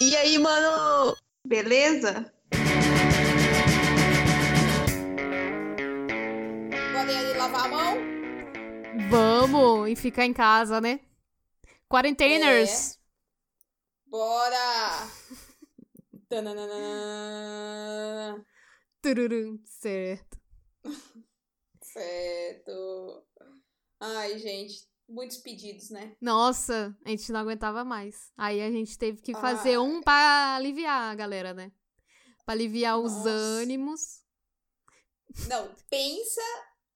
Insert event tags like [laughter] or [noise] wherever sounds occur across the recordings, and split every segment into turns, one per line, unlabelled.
E aí, mano?
Beleza?
Podem ali lavar a mão?
Vamos! E ficar em casa,
É.
né? Quarenteners!
Bora! [laughs] Tananana.
Tururum, certo.
Certo. Ai, gente, muitos pedidos, né?
Nossa, a gente não aguentava mais. Aí a gente teve que fazer
Ah.
um pra aliviar a galera, né? Pra aliviar os
Nossa.
ânimos.
Não, pensa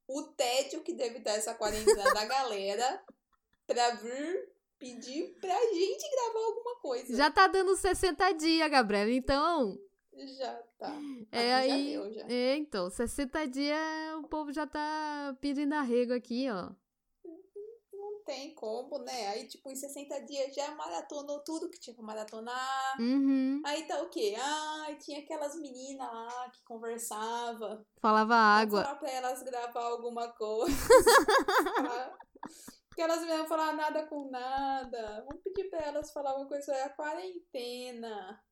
o tédio que deve estar essa quarentena da galera [laughs] pra vir pedir pra gente gravar alguma coisa.
Já tá dando 60 dias, Gabriela. Então,
Já tá.
É
Aqui
aí-
Já deu, já.
é, então, 60 dias o povo já tá pedindo arrego aqui, ó.
Não tem como, né? Aí, tipo, em 60 dias já maratonou tudo que tinha pra maratonar.
Uhum.
Aí tá o quê? Ah, tinha aquelas meninas lá que conversava.
Falava
Vou
água.
falar pra elas gravar alguma coisa. Falar- que elas não iam falar nada com nada. Vamos pedir pra elas falar alguma coisa sobre a quarentena.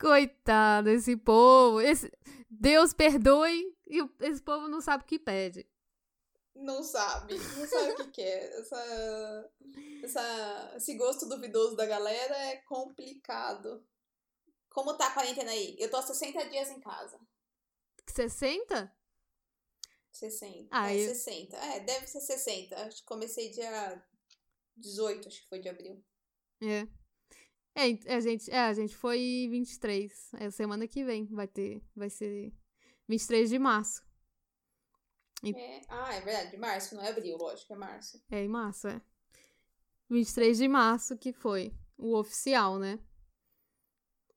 Coitado, esse povo. Esse... Deus perdoe e o- esse povo não sabe o que pede.
Não sabe. Não sabe o que, que é. Essa, essa- esse gosto duvidoso da galera é complicado. Como tá a quarentena aí? Eu tô há 60 dias em casa.
60?
60.
Ah,
é,
eu-
60. É, deve ser 60. Acho que comecei dia 18, acho que foi de abril.
É. É, ent- é, a gente, é, a gente foi 23. É semana que vem vai ter, vai ser 23 de março.
É. Ah, é verdade, de março, não é abril, lógico, é março.
É em março, é. 23 de março que foi o oficial, né?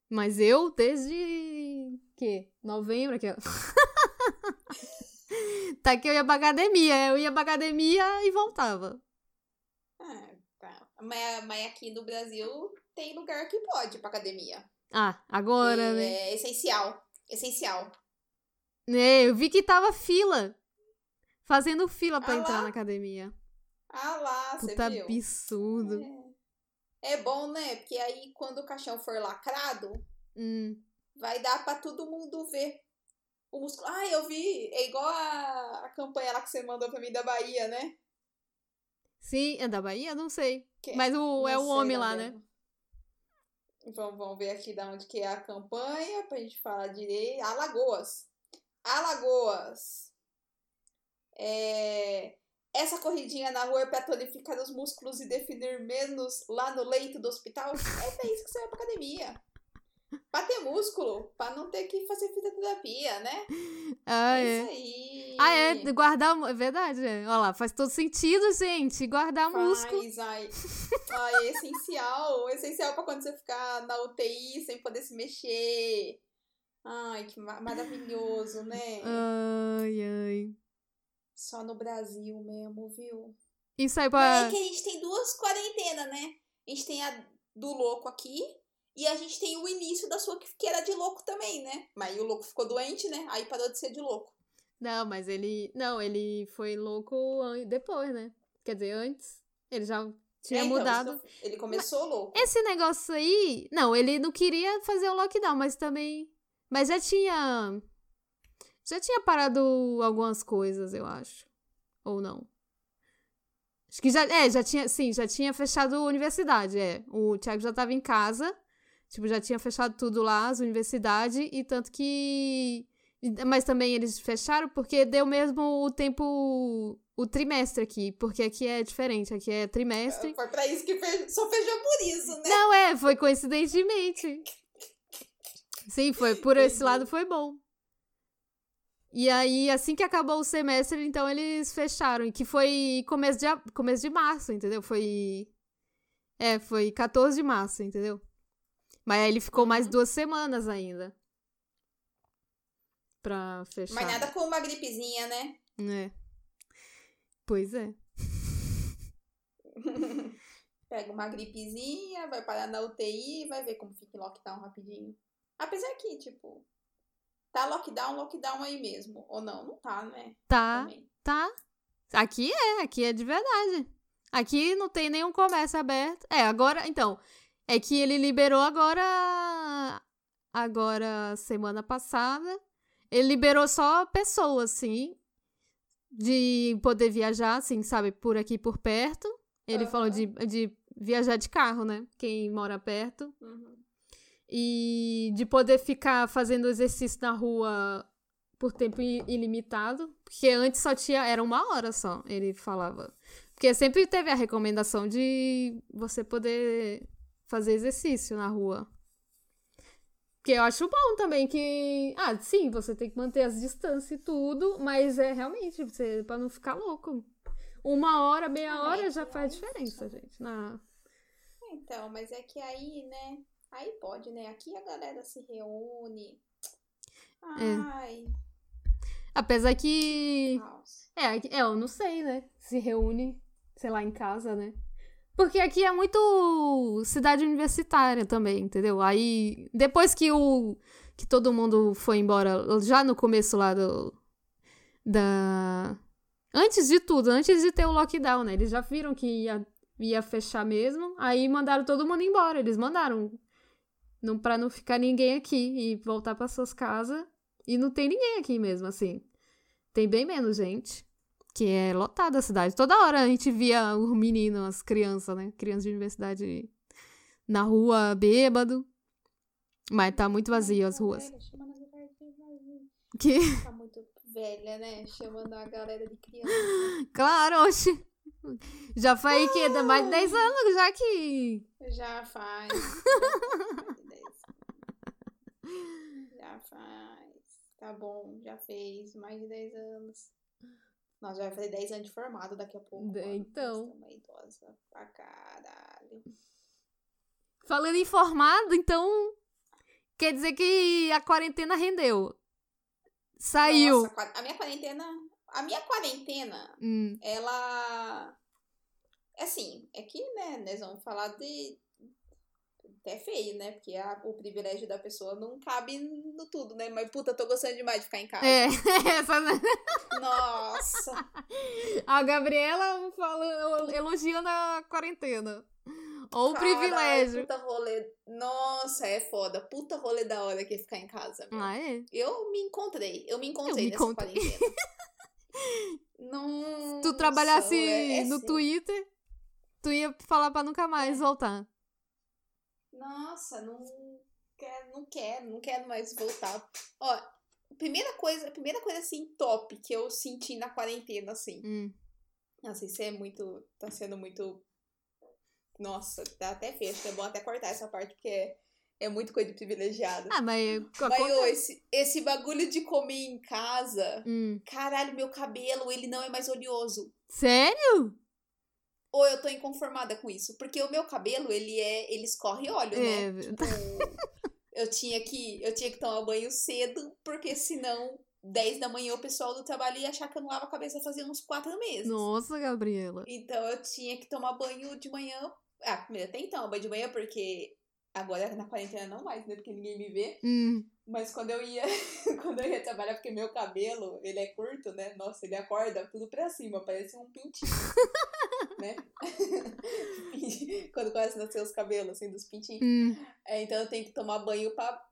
Mas eu desde que novembro aqui. ó. [laughs] tá que eu ia pra academia, eu ia pra academia e voltava.
Ah, tá. Mas, mas aqui no Brasil tem lugar que pode ir pra academia.
Ah, agora,
é,
né?
essencial. Essencial.
É, eu vi que tava fila. Fazendo fila pra
Ah
entrar
lá.
na academia.
Ah lá, você
Puta
viu?
absurdo.
É. É bom, né? Porque aí quando o caixão for lacrado,
Hum.
vai dar pra todo mundo ver. O músculo. Ah, eu vi. É igual a, a campanha lá que você mandou pra mim da Bahia, né?
Sim, é da Bahia? Não sei.
Que-
Mas o, é
Não
o
sei,
homem lá, né?
Gabriela. Vamos, vamos ver aqui da onde que é a campanha pra gente falar direito. Alagoas. Alagoas. É, Essa corridinha na rua é pra tonificar os músculos e definir menos lá no leito do hospital? É pra isso que você vai pra academia. Pra ter músculo, pra não ter que fazer fisioterapia, né?
Ah, é.
isso aí.
Ah, é, guardar. mu- É verdade, é. Olha lá, faz todo sentido, gente. Guardar músculo.
Faz, ai. Ai, é essencial. Essencial pra quando você ficar na UTI sem poder se mexer. Ai, que ma- maravilhoso, né?
Ah. Ai, ai.
Só no Brasil mesmo, viu?
Isso aí
Mas
pra.
É que a gente tem duas quarentenas, né? A gente tem a do louco aqui e a gente tem o início da sua que que era de louco também, né? Mas aí o louco ficou doente, né? Aí parou de ser de louco.
Não, mas ele. Não, ele foi louco an- depois, né? Quer dizer, antes. Ele já tinha
É, então,
mudado.
isso que eu- Ele começou louco.
Esse negócio aí. Não, ele não queria fazer o lockdown, mas também. Mas já tinha. Já tinha parado algumas coisas, eu acho. Ou não? Acho que já. É, já tinha. Sim, já tinha fechado a universidade. É. O Thiago já tava em casa. Tipo, já tinha fechado tudo lá, as universidades. E tanto que. e- Mas também eles fecharam porque deu mesmo o tempo. O trimestre aqui. Porque aqui é diferente. Aqui é trimestre.
Foi pra isso que fez... só fechou por isso, né?
Não, é, foi coincidentemente. Sim, foi. Por esse
Entendi.
lado foi bom. E aí, assim que acabou o semestre, então eles fecharam. E que foi começo de, a- começo de março, entendeu? Foi. É, foi 14 de março, entendeu? Mas aí ele ficou mais duas semanas ainda. Pra fechar.
Mas nada com uma gripezinha, né?
É. Pois é.
Pega uma gripezinha, vai parar na UTI, vai ver como fica em lockdown rapidinho. Apesar que, tipo, tá lockdown, lockdown aí mesmo. Ou não, não tá, né?
Tá.
Também.
Tá. Aqui é, aqui é de verdade. Aqui não tem nenhum comércio aberto. É, agora, então, É que ele liberou agora. Agora, semana passada. Ele liberou só pessoas, assim. De poder viajar, assim, sabe, por aqui por perto. Ele
Aham.
falou de, de viajar de carro, né? Quem mora perto.
Uhum.
E de poder ficar fazendo exercício na rua por tempo i- ilimitado. Porque antes só tinha. Era uma hora só, ele falava. Porque sempre teve a recomendação de você poder fazer exercício na rua. Porque eu acho bom também que. Ah, sim, você tem que manter as distâncias e tudo, mas é realmente você, pra não ficar louco. Uma hora, meia
Ah, é,
hora já faz
é
diferença, gente. Na...
Então, mas é que aí, né? Aí pode, né? Aqui a galera se reúne.
É.
Ai,
Apesar que.
caos.
É, aqui- é, eu não sei, né? Se reúne, sei lá, em casa, né? Porque aqui é muito cidade universitária também, entendeu? Aí, depois que o que todo mundo foi embora, já no começo lá do da antes de tudo, antes de ter o lockdown, né? Eles já viram que ia ia fechar mesmo, aí mandaram todo mundo embora, eles mandaram não para não ficar ninguém aqui e voltar para suas casas e não tem ninguém aqui mesmo assim. Tem bem menos gente. Que é lotada a cidade. Toda hora a gente via os meninos, as crianças, né? Crianças de universidade na rua, bêbado. Mas tá muito vazio as
Tá
ruas.
velha, chamando a galera de vazio.
Que,
Tá muito velha, né? Chamando a galera de criança.
claro, oxi. Já foi que dá mais de 10 anos já que.
Já faz. já faz dez. Já faz. Tá bom, já fez mais de 10 anos. Nós já vai fazer 10 anos de formado daqui a pouco.
De-
mano. Nós
então.
estamos aí idosa pra caralho.
Falando em formado, então. Quer dizer que a quarentena rendeu. Saiu.
Nossa, qua- a minha quarentena. A minha quarentena
Hum,
ela assim é que né nós vamos falar de até feio né porque a- o privilégio da pessoa não cabe no tudo né mas puta tô gostando demais de ficar em casa
É, [laughs] essa-
nossa
a Gabriela falando, elogiando a quarentena. Ou o
caralho,
privilégio.
puta rolê nossa é foda puta rolê da hora que é ficar em casa meu.
Ah, é?
eu me encontrei eu me encontrei
me
nessa
encontrei.
quarentena
[laughs]
não
tu trabalhasse no
Twitter
Twitter, tu ia falar pra nunca mais voltar.
Nossa, não quero, não quero, não quero mais voltar. Ó, primeira coisa, primeira coisa assim top que eu senti na quarentena assim.
Hum.
Nossa, isso é muito, tá sendo muito Nossa, tá até feio, acho que é bom até cortar essa parte porque é, é muito coisa de privilegiado.
Ah, mas.
Mas ô, esse, esse bagulho de comer em casa,
Hum.
caralho, meu cabelo, ele não é mais oleoso.
Sério?
Ou eu tô inconformada com isso, porque o meu cabelo, ele é, ele escorre óleo, né?
É,
Tipo, eu tinha que eu tinha que tomar banho cedo, porque senão 10 da manhã o pessoal do trabalho ia achar que eu não lavo a cabeça fazia uns 4 meses.
É, Nossa, Gabriela.
Então eu tinha que tomar banho de manhã. Ah, primeiro até então, banho de manhã, porque agora na quarentena não mais, né? Porque ninguém me vê.
Hum.
Mas quando eu ia, [laughs] quando eu ia trabalhar, porque meu cabelo, ele é curto, né? Nossa, ele acorda tudo pra cima, parece um pintinho, né? [laughs] E quando começa a nascer os cabelos, assim, dos pintinhos.
Hum.
É, então eu tenho que tomar banho pra.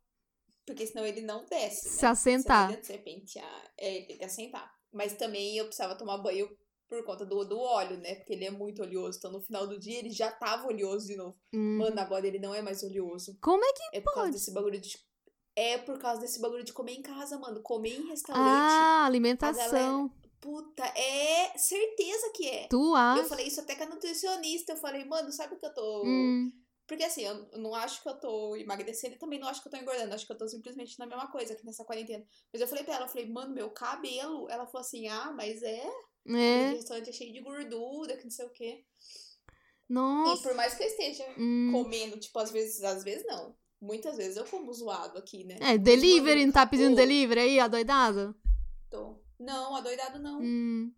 Porque senão ele não desce.
Se
Né?
assentar.
Senão ele, de repente, ah, é, ele tem que assentar. Mas também eu precisava tomar banho por conta do, do óleo, né? Porque ele é muito oleoso. Então no final do dia ele já tava oleoso de novo.
Hum.
Mano, agora ele não é mais oleoso.
Como é que.
É por causa
pode?
desse bagulho de. É por causa desse bagulho de comer em casa, mano. Comer em restaurante.
Ah, alimentação.
Puta, é certeza que é.
Tu acha?
Eu falei isso até com a nutricionista. Eu falei, mano, sabe o que eu tô.
Hum.
Porque assim, eu não acho que eu tô emagrecendo e também não acho que eu tô engordando. Acho que eu tô simplesmente na mesma coisa aqui nessa quarentena. Mas eu falei pra ela, eu falei, mano, meu cabelo. Ela falou assim, ah, mas é? O
É.
restaurante é cheio de gordura, que não sei o quê. E
Nossa.
por mais que eu esteja
Hum.
comendo, tipo, às vezes, às vezes não. Muitas vezes eu como zoado aqui, né?
É, delivery, não tá pedindo
Ô.
delivery aí, adoidado?
Tô. Não, adoidado não.
Hum.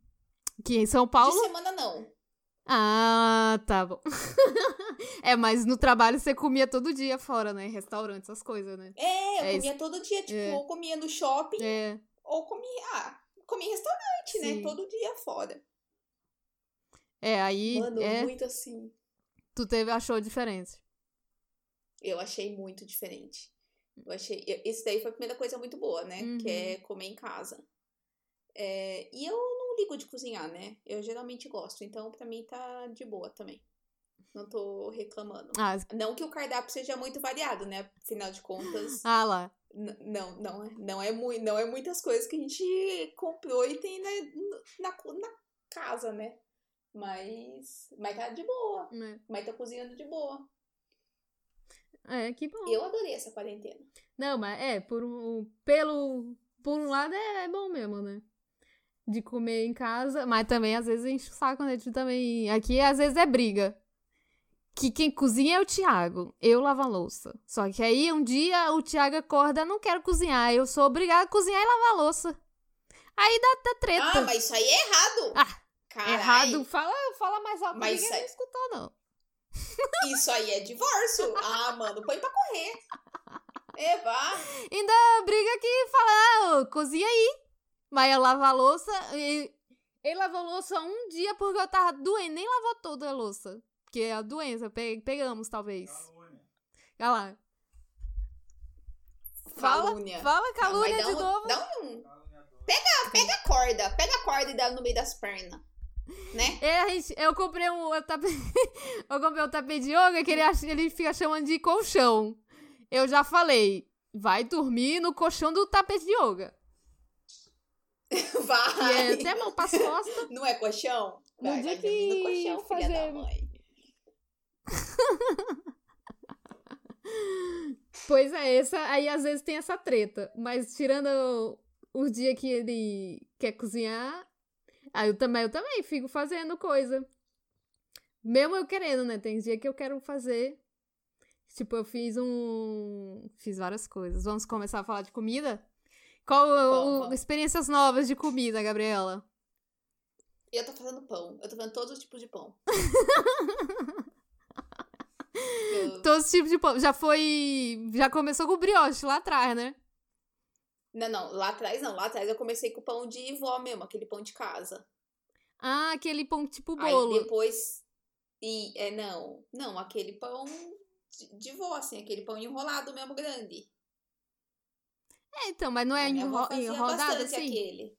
Que em São
De
Paulo?
semana não.
Ah, tá bom. [laughs] é, mas no trabalho você comia todo dia fora, né? Restaurante, essas coisas, né?
É, eu
É
comia todo dia, tipo,
É.
ou comia no shopping,
É.
ou comia, ah, comia em restaurante,
Sim.
né? Todo dia fora.
É, aí
Mano,
é,
muito assim.
tu teve, achou a diferença.
Eu achei muito diferente. Eu achei. eu- Esse daí foi a primeira coisa muito boa, né?
Uhum.
Que é comer em casa. É, e eu não ligo de cozinhar, né? Eu geralmente gosto, então pra mim tá de boa também. Não tô reclamando.
Ah,
Não que o cardápio seja muito variado, né? Afinal de
[laughs]
contas,
ah lá.
n- não, não, é- não é muito, não é muitas coisas que a gente comprou e tem na, na, cu- na casa, né? Mas, mas tá de boa,
né?
mas tá cozinhando de boa.
É, que bom.
Eu adorei essa quarentena.
Não, mas é, por um, pelo, por um lado é, é bom mesmo, né? De comer em casa, mas também às vezes enche o saco, né? De também. Aqui às vezes é briga. Que quem cozinha é o Thiago, eu lavo a louça. Só que aí um dia o Thiago acorda, não quero cozinhar, eu sou obrigada a cozinhar e lavar a louça. Aí dá, dá treta.
Ah, mas isso aí é errado! Caralho,
Ah, Errado, fala, fala mais alto,
Mas é
ninguém
sa-
não escutou, não.
Isso aí é divórcio! Ah, mano, põe pra correr! Eva!
A briga que fala, ah, ô, cozinha aí. Mas eu lavo a louça. e- Ele lavou louça um dia porque eu tava doente, nem lavou toda a louça. Porque é a doença, pe- pegamos talvez. Olha lá. Fala,
Calúnia.
fala calúnia
Mas dá
de
um-
novo.
Dá um. Pega, pega a corda, pega a corda e dá no meio das pernas. Né? [laughs]
É, a gente- eu comprei um. Eu, tape- [laughs] eu comprei um tapete de yoga que ele, ach- ele fica chamando de colchão. Eu já falei, vai dormir no colchão do tapete de yoga. Que é
Vai!
até mal
[laughs]
pras costas.
Não é colchão?
No
Vai,
dia
vai dormir
que
no colchão, filha
fazer-
da mãe.
Pois é, essa aí às vezes tem essa treta, mas tirando o- o dia que ele quer cozinhar, aí eu também, eu também fico fazendo coisa. Mesmo eu querendo, né? Tem dia que eu quero fazer. Tipo, eu fiz um. Fiz várias coisas. Vamos começar a falar de comida? Qual o-
Vamos.
experiências novas de comida, Gabriela?
E Eu tô fazendo pão. Eu tô fazendo todos os tipos de pão.
[laughs]
Eu-
Todos os tipos de pão. Já foi. Já começou com brioche lá atrás, né?
Não, não, lá atrás não. Lá atrás eu comecei com o pão de vó mesmo, aquele pão de casa.
Ah, aquele pão tipo
Aí
bolo.
depois. E, é, não, não, aquele pão de, de vó, assim, aquele pão enrolado mesmo grande.
É, então, mas não é
A minha avó
enro...
fazia
enrodado
bastante
assim?
aquele.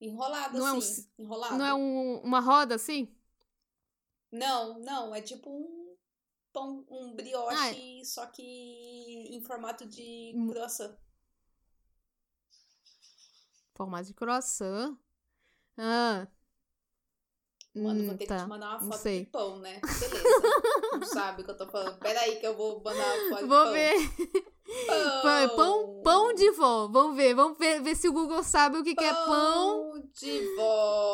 Enrolado
Não é um
assim. enrolado.
Não é um- uma roda assim?
não, não, é tipo um pão, um brioche,
Ah,
só que em formato de
Hum.
croissant.
Formato de croissant. Ah.
Mano,
Hum,
vou ter que
tá.
te mandar uma
não
foto
sei.
de pão, né? Beleza.
[laughs]
não sabe o que eu tô falando. Peraí que eu vou mandar uma foto de
Vou
um pão.
ver.
Pão,
Pão. Pão, de vó. Vamos ver. Vamos ver, ver se o Google sabe o que, que é pão.
de vó.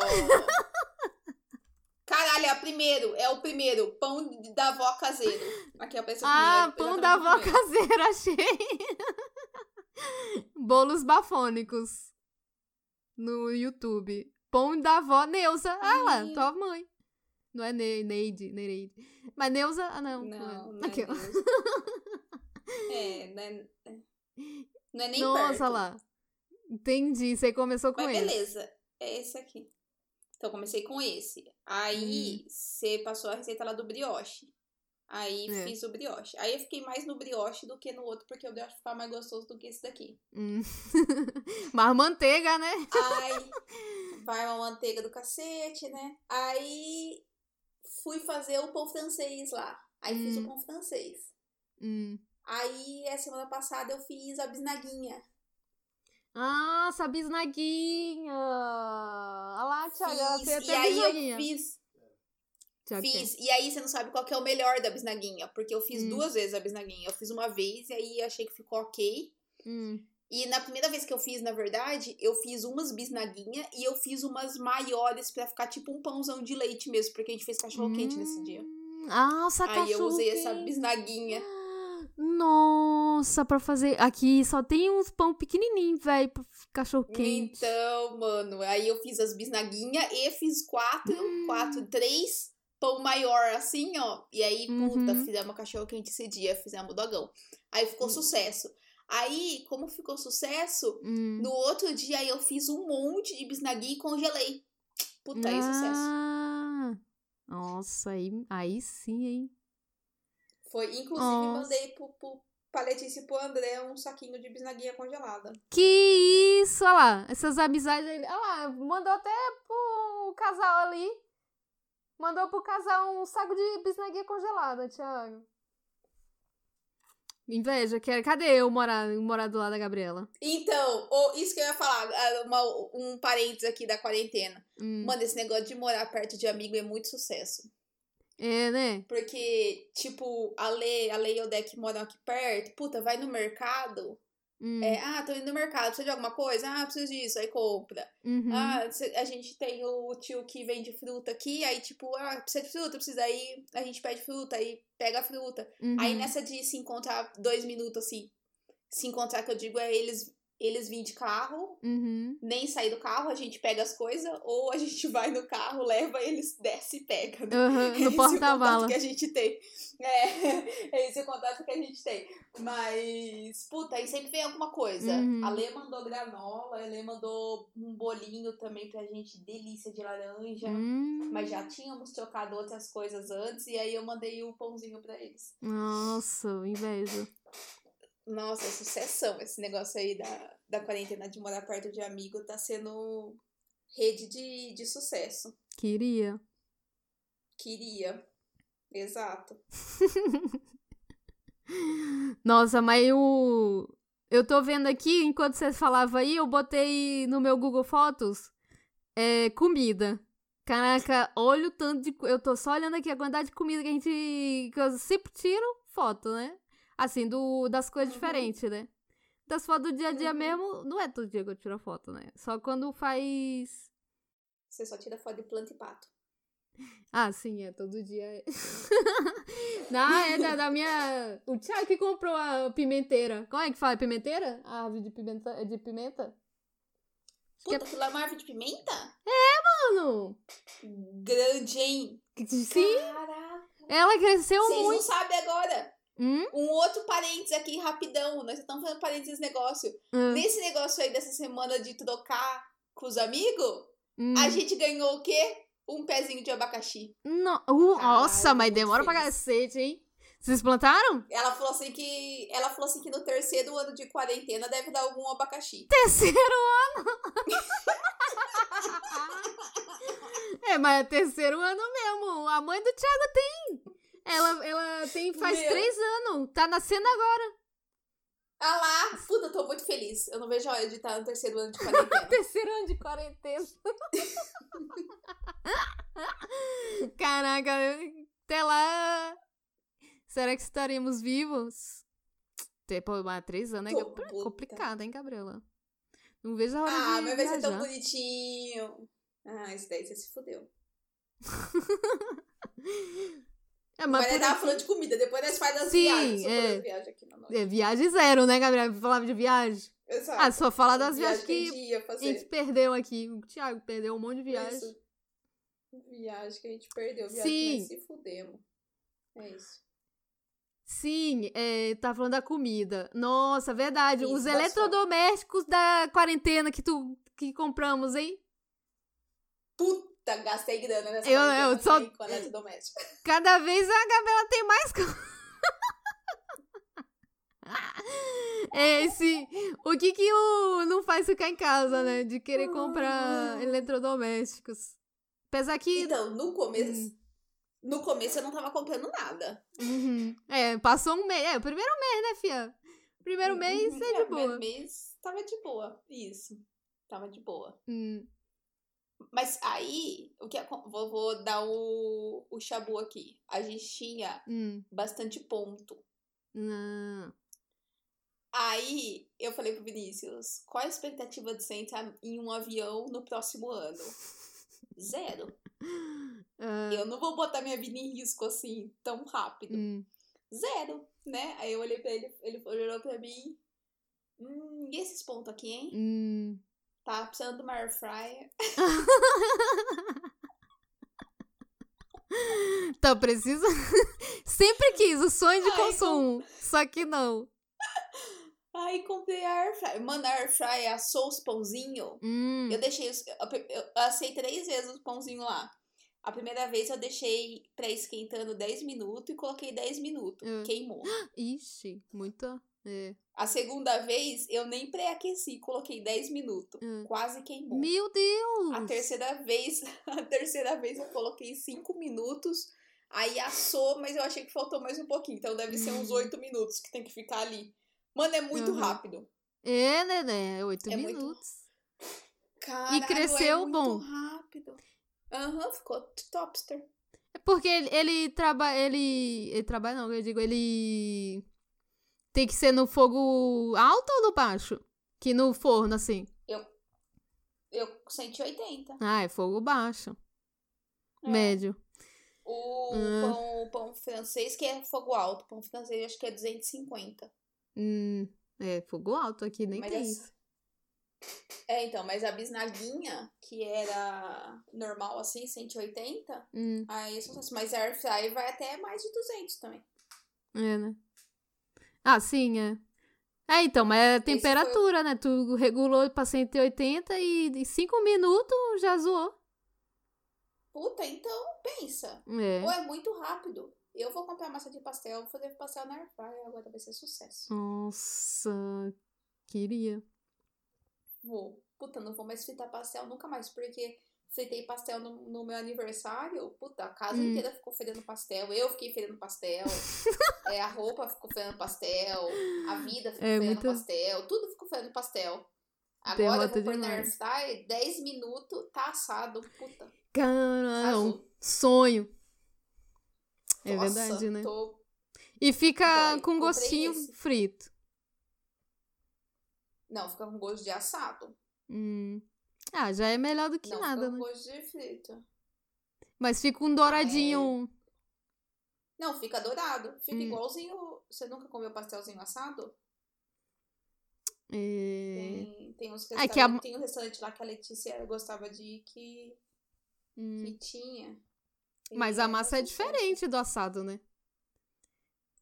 Caralho, é o primeiro. É o primeiro. Pão de- da vó caseiro. Aqui é apareceu
Ah,
primeiro,
pão da vó
exatamente o primeiro.
caseira, [laughs] achei. Bolos bafônicos. No YouTube. Pão da vó Neuza. Ah lá,
Ai.
tua mãe. Não é Ne- Neide, Nereide. Mas Neuza, ah não.
Não,
é.
não é
Aqui, ó.
Deus.
[laughs]
É, não é, não é nem
Nossa
perto.
lá. Entendi. Você começou com
Mas
esse.
beleza. É esse aqui. Então, comecei com esse. Aí,
Hum.
você passou a receita lá do brioche. Aí,
É.
fiz o brioche. Aí, eu fiquei mais no brioche do que no outro, porque o brioche ficava mais gostoso do que esse daqui.
Hum. [laughs] Mas manteiga, né?
Aí, vai uma manteiga do cacete, né? Aí, fui fazer o pão francês lá. Aí, fiz
Hum.
o pão francês.
Hum.
Aí, a semana passada, eu fiz a bisnaguinha.
Ah, essa bisnaguinha. Olha lá, Thiago. Tá, Ela
Fiz,
fez
e
até
aí, eu
bisnaguinha.
fiz,
Thiago, quer?
fiz. E aí, você não sabe qual que é o melhor da bisnaguinha. Porque eu fiz
Hum.
duas vezes a bisnaguinha. Eu fiz uma vez e aí achei que ficou ok.
Hum.
E na primeira vez que eu fiz, na verdade, eu fiz umas bisnaguinha e eu fiz umas maiores pra ficar tipo um pãozão de leite mesmo. Porque a gente fez cachorro quente nesse dia.
Hum. Ah, essa
Aí eu usei essa
cachorro-quente.
bisnaguinha.
Nossa, pra fazer. Aqui só tem uns pão pequenininho, velho, pra cachorro quente.
Então, mano, aí eu fiz as bisnaguinha e fiz quatro,
Hum.
quatro, três pão maior assim, ó. E aí, puta,
Uhum.
fizemos cachorro quente esse dia, fizemos dogão. Aí ficou
Hum.
sucesso. Aí, como ficou sucesso,
Hum.
no outro dia eu fiz um monte de bisnaguinha e congelei. Puta, aí sucesso.
Ah. Nossa, aí, aí sim, hein?
Foi, inclusive,
Nossa.
mandei pro, pro, pra Letícia e pro André um saquinho de bisnaguinha congelada.
Que isso, olha lá. Essas amizades aí. Olha lá, mandou até pro casal ali. Mandou pro casal um saco de bisnaguinha congelada, Thiago. Inveja, que cadê eu morar, morar do lado da Gabriela?
Então, o- isso que eu ia falar, ah, uma- um parênteses aqui da quarentena.
Hum,
Mano, esse negócio de morar perto de amigo é muito sucesso.
É, né?
Porque, tipo, a Lei, a Lei e o Deck moram aqui perto. Puta, vai no mercado.
Hum,
É, ah, tô indo no mercado, precisa de alguma coisa? Ah, preciso disso, aí compra.
uhum.
Ah, cê- a gente tem o tio que vende fruta aqui, aí tipo, ah, precisa de fruta, precisa aí, a gente pede fruta, aí pega a fruta.
uhum.
Aí nessa de se encontrar dois minutos assim, se encontrar que eu digo é eles eles vêm de carro, [laughs]
Uhum.
nem sair do carro, a gente pega as coisas, ou a gente [laughs] vai no carro, leva, eles desce e pega, né? [laughs]
Aham,
É
no
esse o
porta-mala.
contato que a gente tem. É, [laughs] é esse o contato que a gente tem. Mas, puta, aí sempre vem alguma coisa.
Uhum.
A Lê mandou granola, a Lê mandou um bolinho também pra gente, delícia de laranja.
Hum,
Mas já tínhamos trocado outras coisas antes, e aí eu mandei o pãozinho pra eles.
Nossa, inveja.
Nossa, sucessão esse negócio aí da, da quarentena de morar perto de amigo tá sendo rede de, de sucesso.
Queria.
Queria. Exato.
Nossa, mas o. Eu tô vendo aqui, enquanto vocês falavam aí, eu botei no meu Google Fotos é, comida. Caraca, olha o tanto de. co- Eu tô só olhando aqui a quantidade de comida que a gente. que eu sempre tiro foto, né? Assim, do, das coisas
Uhum.
diferentes, né? Das fotos do dia a dia
Uhum.
mesmo, não é todo dia que eu tiro foto, né? Só quando faz.
Você só tira foto de planta e pato.
Ah, sim, é todo dia. é. [laughs] Não, é da, da minha. O Thiago que comprou a pimenteira. Como é que fala? Pimenteira? A árvore de pimenta. De pimenta? que é-
Puta, aquilo lá é uma árvore de pimenta?
Mano!
Grande, hein?
que- Sim,
Caraca.
ela cresceu
Vocês
muito.
não sabem agora.
Hum?
Um outro parênteses aqui, rapidão. Nós estamos fazendo parênteses nesse negócio.
Ah,
Nesse negócio aí dessa semana de trocar com os amigos,
hum.
a gente ganhou o quê? Um pezinho de abacaxi.
No- Uh, nossa,
Caralho,
mas
muito
demora pra
feliz.
cacete, hein? Vocês plantaram? [laughs]
Ela falou assim que. Ela falou assim que no terceiro ano de quarentena deve dar algum abacaxi.
Terceiro
[laughs]
ano! é, mas é terceiro ano mesmo. A mãe do Thiago tem. Ela, ela tem faz
Meu.
três anos. Tá nascendo agora.
Ah lá! Puta, eu tô muito feliz. Eu não vejo a hora de estar no terceiro ano de
[laughs]
quarentena.
Terceiro ano de quarentena. [laughs] Caraca, até lá. Será que estaremos vivos? Tipo, mas três anos é
Tô
compli-
puta.
complicado, hein, Gabriela? Não vejo a hora
Ah,
de
mas vai ser tão
viajar.
bonitinho. Ah, isso daí você se fudeu.
É,
Mas
mas
nós
por
tava
aqui-
falando de comida, depois nós faz das
Sim,
viagens. Só
é.
falando de viagem aqui na noite.
é, viagem zero, né, Gabriela? Falava de viagem.
Exato.
Ah, só falar das
Viagem
viagens que
a gente ia
a
fazer.
gente perdeu aqui. O Thiago perdeu um monte de viagem.
Isso. Viagem que a gente perdeu. Viagem que nós se fudemos. É isso.
Sim, é, tá falando da comida. Nossa, verdade.
Isso,
Os
das
eletrodomésticos da quarentena que tu que compramos, hein?
Puta, gastei grana nessa tá
Eu-
quarentena
eu só-
aí com eletrodoméstico.
Cada vez a Gabriela tem mais coisa. [laughs] É esse. O que que o não faz ficar em casa, né? De querer comprar eletrodomésticos. Apesar que.
Então, no começo...
Hum.
No começo eu não tava comprando nada.
Uhum. É, passou um mês. É, o primeiro mês, né, Fia? Primeiro
Hum,
mês é de boa.
Uhum. Primeiro mês tava de boa. Isso. Tava de boa.
Hum.
Mas aí, o que acon- vou, vou dar o, o chabu aqui. A gente tinha
Hum.
bastante ponto.
Não.
Aí eu falei pro Vinícius, qual a expectativa de você entrar em um avião no próximo ano? Zero.
Ah,
Eu não vou botar minha vida em risco assim tão rápido.
hum.
Zero, né? Aí eu olhei pra ele, ele olhou pra mim. Hum, e esses pontos aqui, hein?
Hum.
Tá precisando de uma air fryer.
Então, precisa. [laughs] Sempre quis o sonho de
Ai,
consumo. Só que não.
Aí comprei a air fryer. Mano, a air fryer assou os pãozinhos.
Hum,
Eu deixei os, eu, eu assei três vezes os pãozinhos lá. A primeira vez eu deixei pré-esquentando 10 minutos e coloquei 10 minutos.
É.
Queimou.
Ixi, muita. É.
A segunda vez eu nem pré-aqueci, coloquei 10 minutos.
É.
Quase queimou.
Meu Deus!
A terceira vez, [laughs] a terceira vez eu coloquei 5 minutos. Aí assou, mas eu achei que faltou mais um pouquinho. Então deve ser uns
Hum.
8 minutos que tem que ficar ali. Mano, é muito
Aham.
rápido.
É, né, né? Oito
É muito-
minutos.
Caralho,
cresceu
é muito
bom.
rápido. Aham, ficou topster.
É porque ele, ele trabalha. Ele. Ele trabalha, não, eu digo, ele. Tem que ser no fogo alto ou no baixo? Que no forno, assim.
Eu 180.
Ah, é fogo baixo.
É.
Médio.
O,
Ah.
pão, o pão francês, que é fogo alto. O pão francês acho que é 250.
Hum, é, fogo alto aqui, nem
Mas
tem
essa-
isso.
É, então, mas a bisnaguinha, que era normal assim, 180,
Hum,
aí isso, mas a air fryer vai até mais de 200 também.
é, né? Ah, sim, é. É, então, mas é a
foi o-
temperatura, né? Tu regulou pra 180 e em 5 minutos já zoou.
Puta, então pensa.
É.
Ou é muito rápido. Eu vou comprar massa de pastel, vou fazer pastel na air fryer, agora vai ser sucesso.
Nossa, queria.
Vou. Puta, não vou mais fritar pastel nunca mais, porque fritei pastel no, no meu aniversário. Puta, a casa
Hum.
inteira ficou fedendo pastel. Eu fiquei fedendo
[laughs]
pastel. é, a roupa ficou fedendo pastel. A vida ficou
É,
fedendo
muito-
pastel. Tudo ficou fedendo pastel. Agora eu
Derrota
vou pôr na
demais.
airfryer, 10 minutos, tá assado. Puta,
Cara, um
azul.
sonho. É
Nossa,
verdade, né?
tô-
E fica
Dói.
com
Comprei
gostinho
esse.
frito.
Não, fica com gosto de assado.
Hum. Ah, já é melhor do que
não, um
nada,
fica com
né?
gosto de frito.
Mas fica um douradinho.
Não, fica dourado. Fica
Hum.
igualzinho. Você nunca comeu pastelzinho assado?
É...
Tem, tem uns
É
restaurantes.
que a-
Tem um restaurante lá que a Letícia gostava de ir que,
Hum.
que tinha. Ele
Mas a
era
massa é
sucesso.
diferente do assado, né?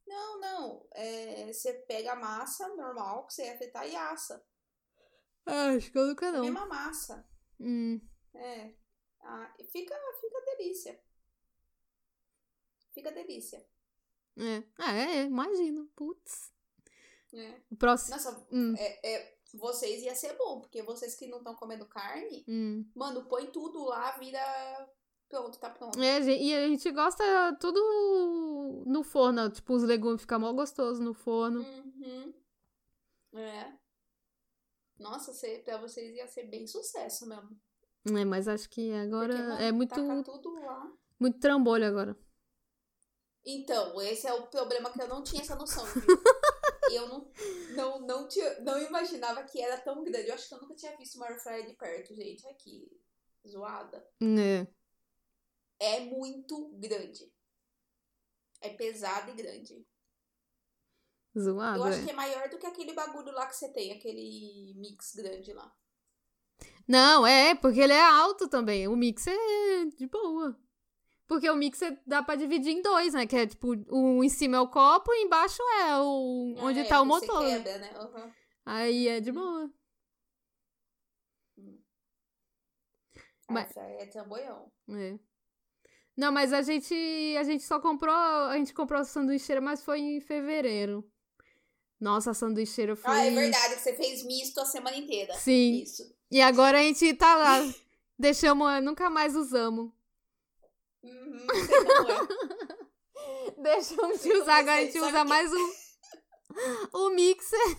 Não, não. É, você pega a massa normal que você ia fritar e assa.
Ah, Acho que eu nunca
É a
não.
Mesma massa.
Hum.
É. Ah, e fica, fica delícia. Fica delícia.
É. Ah, é, é, imagino. Putz.
né?
O próximo.
Nossa,
Hum.
é, é, vocês ia ser bom, porque vocês que não estão comendo carne,
Hum.
mano, põe tudo lá, vira. Pronto, tá pronto.
É, gen- e a gente gosta tudo no forno. Tipo, os legumes ficam mó gostoso no forno.
Uhum. É. Nossa, cê, pra vocês ia ser bem sucesso mesmo.
É, mas acho que agora
Porque, mano, tá
é muito,
taca tudo lá.
muito trambolho agora.
Então, esse é o problema que eu não tinha essa noção, viu? eu não, não, não, tinha, não imaginava que era tão grande. Eu acho que eu nunca tinha visto uma airfryer de perto, gente. Olha que zoada.
É.
É muito grande. É pesado e grande.
Zoado,
eu acho
é.
que é maior do que aquele bagulho lá que você tem, aquele mix grande lá.
Não, é, porque ele é alto também. O mix é de boa. Porque o mix é- dá pra dividir em dois, né? Que é tipo, um em cima é o copo e embaixo é o onde
É,
tá o
que você
motor.
Quebra, né? Aham.
Aí é de
Hum.
boa. Mas-
Mas... É trambolhão.
É. Não, mas a gente a gente só comprou, a gente comprou a sanduicheira, mas foi em fevereiro. Nossa, a sanduicheira foi
Ah, é verdade, que você fez misto a semana inteira.
Sim.
Isso.
E agora a gente tá lá. Deixamos, eh, nunca mais
[laughs]
usamos.
Uhum, [laughs] sei como é.
Deixamos de
Eu
usar, agora a
sei,
gente
sabe
usa
que-
mais
[laughs]
o, o mixer.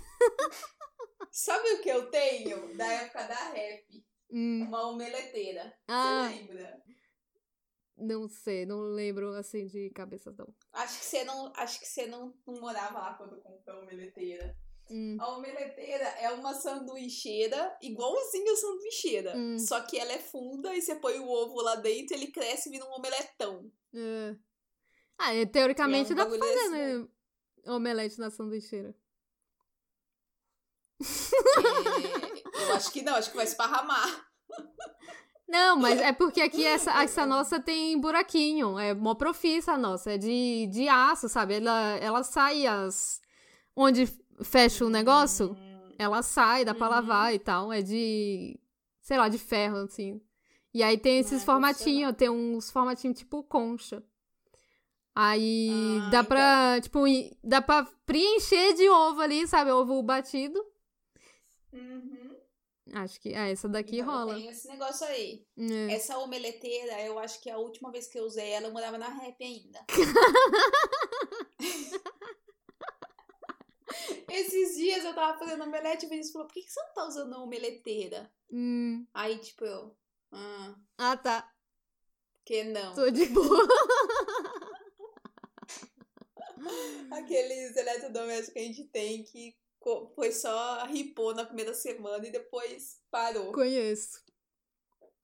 Sabe o que eu tenho da época da rap?
Hum,
Uma omeleteira. Você
ah,
lembra?
não sei, não lembro assim de cabeça não.
Acho que você não, acho que você não, não morava lá quando comprou a omeleteira.
Hum,
A omeleteira é uma sanduicheira, igualzinha a sanduicheira.
Hum.
Só que ela é funda e você põe o ovo lá dentro, ele cresce e vira um omeletão.
é. Ah, é, teoricamente
É um
dá pra
bagulho
fazer,
assim,
né? Omelete na sanduicheira.
É, eu acho que não, acho que vai esparramar.
Não, mas é porque aqui essa, essa nossa tem buraquinho. É mó profissa a nossa. É de, de aço, sabe? Ela, ela sai as. Onde fecha o um negócio, ela sai, dá pra
Uhum.
lavar e tal. É de. Sei lá, de ferro, assim. E aí tem esses
Ah,
formatinhos, tem uns formatinhos tipo concha. Aí
Ah,
dá
então.
pra, tipo, i- dá pra preencher de ovo ali, sabe? Ovo batido.
Uhum.
Acho que é, essa daqui
Então, eu
rola.
tenho esse negócio aí.
É.
Essa omeleteira, eu acho que a última vez que eu usei ela, eu morava na rap
[laughs]
ainda. Esses dias eu tava fazendo omelete e o Vinícius falou: por que, que você não tá usando a omeleteira?
Hum.
Aí, tipo, eu. Ah,
Ah, tá.
por que não?
Tô de boa.
Aqueles eletrodomésticos que a gente tem que co- foi só ripou na primeira semana e depois parou.
Conheço.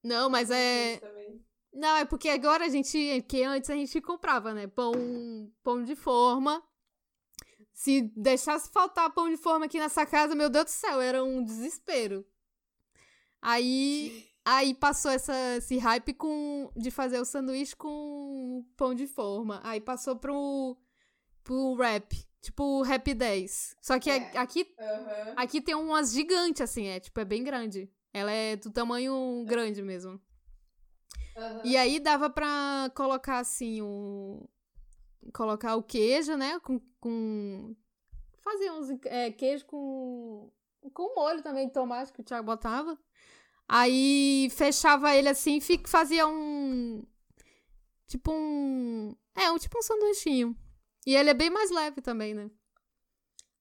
Não, mas é.
Isso também.
Não, é porque agora a gente. Porque antes a gente comprava, né? Pão, pão de forma. Se deixasse faltar pão de forma aqui nessa casa, meu Deus do céu, era um desespero. Aí. Aí passou essa, esse hype com, de fazer o sanduíche com pão de forma. Aí passou pro, pro rap. Tipo, rap 10. Só que a-
É.
aqui
Aham.
Aqui tem umas gigantes, assim, é tipo, é bem grande. Ela é do tamanho grande mesmo.
Aham.
E aí dava pra colocar, assim, o. Colocar o queijo, né? Com. com... Fazer uns é, queijo com. Com molho também de tomate que o Thiago botava. Aí fechava ele assim e fi- fazia um. Tipo um. É, um tipo um sanduichinho. E ele é bem mais leve também, né?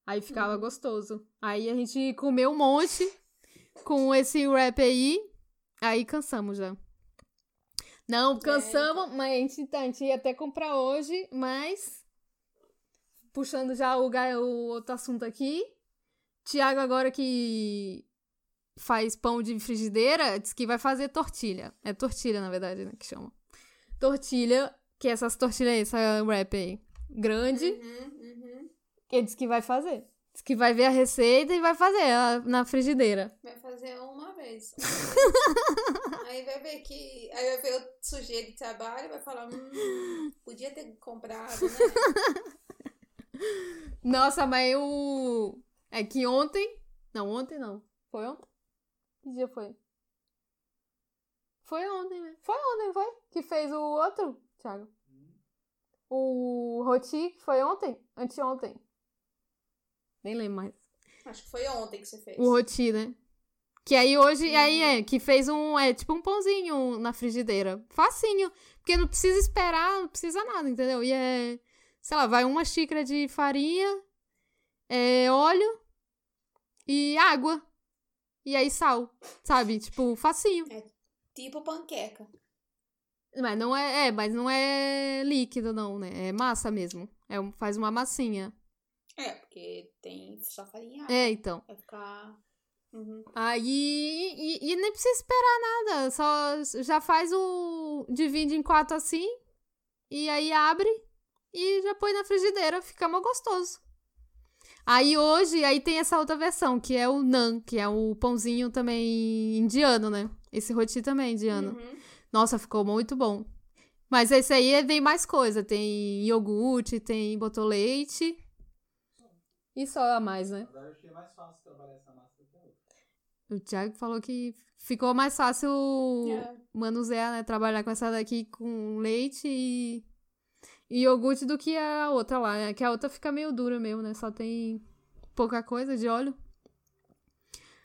Aí ficava gostoso. Aí a gente comeu um monte com esse wrap aí. Aí cansamos já. Não, cansamos, mas a gente, tá, a gente ia até comprar hoje, mas. Puxando já o, ga- o outro assunto aqui. Tiago, agora que faz pão de frigideira, diz que vai fazer tortilha. É tortilha, na verdade, né, que chama. Tortilha, que é essas tortilhas aí, essa wrap aí. Grande,
Uhum, uhum.
ele diz que vai fazer. Diz que vai ver a receita e vai fazer ela na frigideira.
Vai fazer uma
[laughs]
vez. aí vai ver que. Aí vai ver o sujeito de trabalho e vai falar: hum, podia ter comprado, né?
Nossa, mas eu... É que ontem... Não, ontem não. Foi ontem? Que dia foi? Foi ontem, né? Foi ontem, foi? Que fez o outro, Thiago? O Roti, que foi ontem? Anteontem. Nem lembro mais.
Acho que foi ontem que você fez.
O Roti, né? Que aí hoje,
Uhum.
aí é, que fez um, é tipo um pãozinho na frigideira. Facinho. Porque não precisa esperar, não precisa nada, entendeu? E é, sei lá, vai uma xícara de farinha, é, óleo e água. E aí sal, sabe? Tipo, facinho.
Tipo panqueca.
Mas não é, é, mas não é líquido não, né? É massa mesmo. É, um- faz uma massinha.
É, porque tem só farinha.
É, então.
Vai ficar. Uhum.
Aí e, e nem precisa esperar nada, só já faz o divide em quatro assim e aí abre e já põe na frigideira, fica mó gostoso. Aí hoje, aí tem essa outra versão, que é o nan, que é o pãozinho também indiano, né? Esse roti também é indiano.
Uhum.
Nossa, ficou muito bom. Mas esse aí é- vem mais coisa, tem iogurte, tem botou leite. E só a mais, né?
Agora eu achei mais fácil trabalhar essa massa do que a outra.
O Thiago falou que ficou mais fácil
É.
manusear, né? Trabalhar com essa daqui com leite e, e iogurte do que a outra lá, né? Que a outra fica meio dura mesmo, né? Só tem pouca coisa de óleo.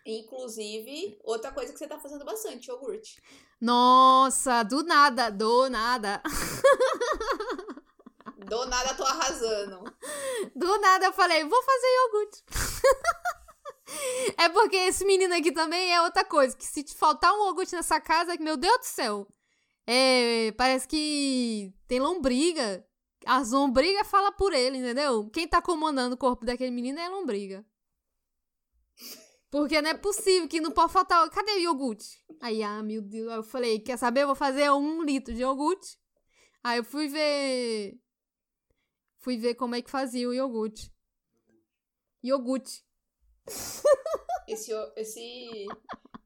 Inclusive, outra coisa que você tá fazendo bastante, iogurte.
Nossa, do nada, do nada.
Do nada tô arrasando.
Do nada eu falei, vou fazer iogurte. [laughs] é porque esse menino aqui também é outra coisa. Que se te faltar um iogurte nessa casa, que, meu Deus do céu. É, parece que tem lombriga. As lombriga fala por ele, entendeu? Quem tá comandando o corpo daquele menino é a lombriga. Porque não é possível que não pode faltar. Cadê o iogurte? Aí, ah, meu Deus. Aí eu falei, quer saber? Eu vou fazer um litro de iogurte. Aí eu fui ver Fui ver como é que fazia o iogurte. Iogurte.
Esse, esse,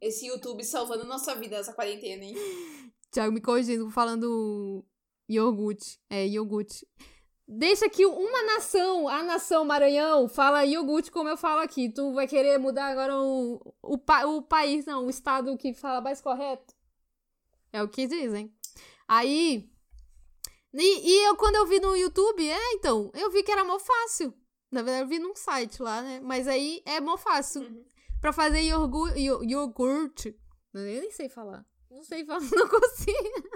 esse YouTube salvando nossa vida nessa quarentena, hein?
Tiago me corrigindo, falando iogurte. É, iogurte. Deixa que uma nação, a nação Maranhão, fala iogurte como eu falo aqui. Tu vai querer mudar agora o, o, pa- o país, não, o estado que fala mais correto? É o que dizem. Aí. E, e eu, quando eu vi no YouTube, é, então, eu vi que era mó fácil. Na verdade, eu vi num site lá, né? Mas aí é mó fácil.
Uhum.
Pra fazer iorgu, io- iogurte. Eu nem sei falar. Não sei falar, [laughs] não consigo.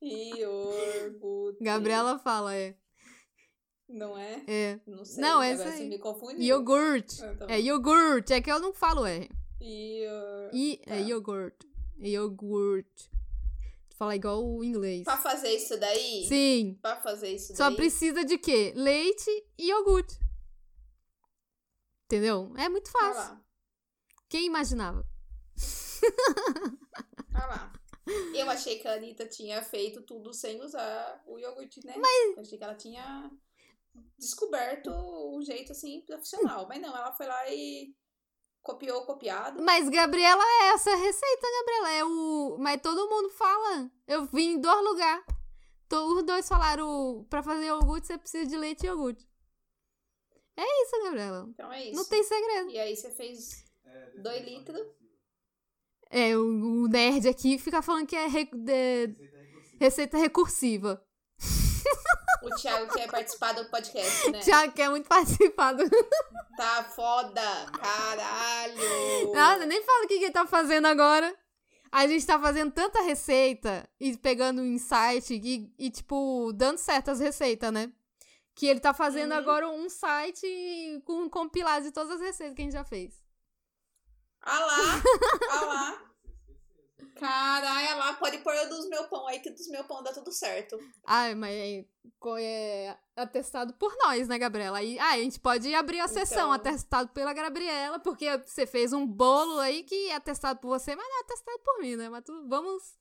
E orgulho.
Gabriela fala, é.
Não é?
É.
Não sei.
Não,
agora
essa
você
aí.
me confundiu.
Iogurte.
Ah, tá bom.
É iogurte. É que eu não falo R.
Ior-
I,
Tá.
É iogurte. Iogurte. Fala igual o inglês.
Pra fazer isso daí?
Sim.
Pra fazer isso
Só
daí?
precisa de quê? Leite e iogurte. Entendeu? É muito
Olha
fácil.
lá.
Quem imaginava?
Olha Ah lá. Eu achei que a Anitta tinha feito tudo sem usar o iogurte, né? Mas... Eu achei que ela tinha descoberto um jeito, assim, profissional. Mas não, ela foi lá e copiou o copiado.
Mas Gabriela é essa receita, Gabriela. É o. Mas todo mundo fala. Eu vim em dois lugares. Os dois falaram: pra fazer iogurte você precisa de leite e iogurte. É isso, Gabriela.
Então é isso.
Não tem segredo.
E aí você fez...
É,
Dois
definição
litros.
regressiva.
É, o, o nerd aqui fica falando que é re- de-
Receita regressiva.
receita recursiva.
O Thiago quer participar do podcast, né?
Tiago quer muito [laughs] participar do
Tá foda, caralho.
Nada, nem fala o que que ele tá fazendo agora. A gente tá fazendo tanta receita e pegando insight e, e, tipo, dando certas receitas, né? Que ele tá fazendo
Uhum.
agora um site com um compilado de todas as receitas que a gente já fez.
Ah lá, ah lá. Caralho, ah lá, pode pôr o dos meu pão aí, que dos meu pão dá tudo certo.
Ai, mas é, co- é atestado por nós, né, Gabriela? Aí, ah, a gente pode abrir a sessão
Então-
atestado pela Gabriela, porque você fez um bolo aí que é atestado por você, mas não é atestado por mim, né? Mas tu, vamos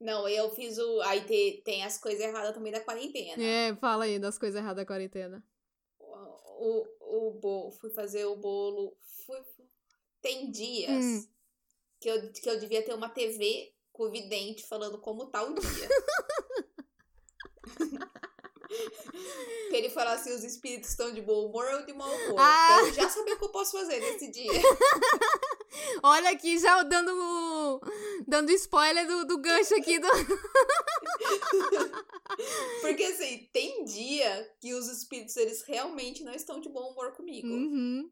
Não, eu fiz o. Aí te- tem as coisas erradas também da quarentena.
É, fala aí das coisas erradas da quarentena.
O, o, bolo, fui fazer o bolo. Fui, tem dias
Hum.
que, eu, que eu devia ter uma TV com o vidente falando como tá o
[laughs]
dia. que ele falasse se os espíritos estão de bom humor ou de mau humor.
Ah.
Pra eu já sabia o que eu posso fazer nesse dia.
[laughs] Olha aqui, já dando dando spoiler do, do gancho aqui do.
Porque assim, tem dia que os espíritos eles realmente não estão de bom humor comigo.
Uhum.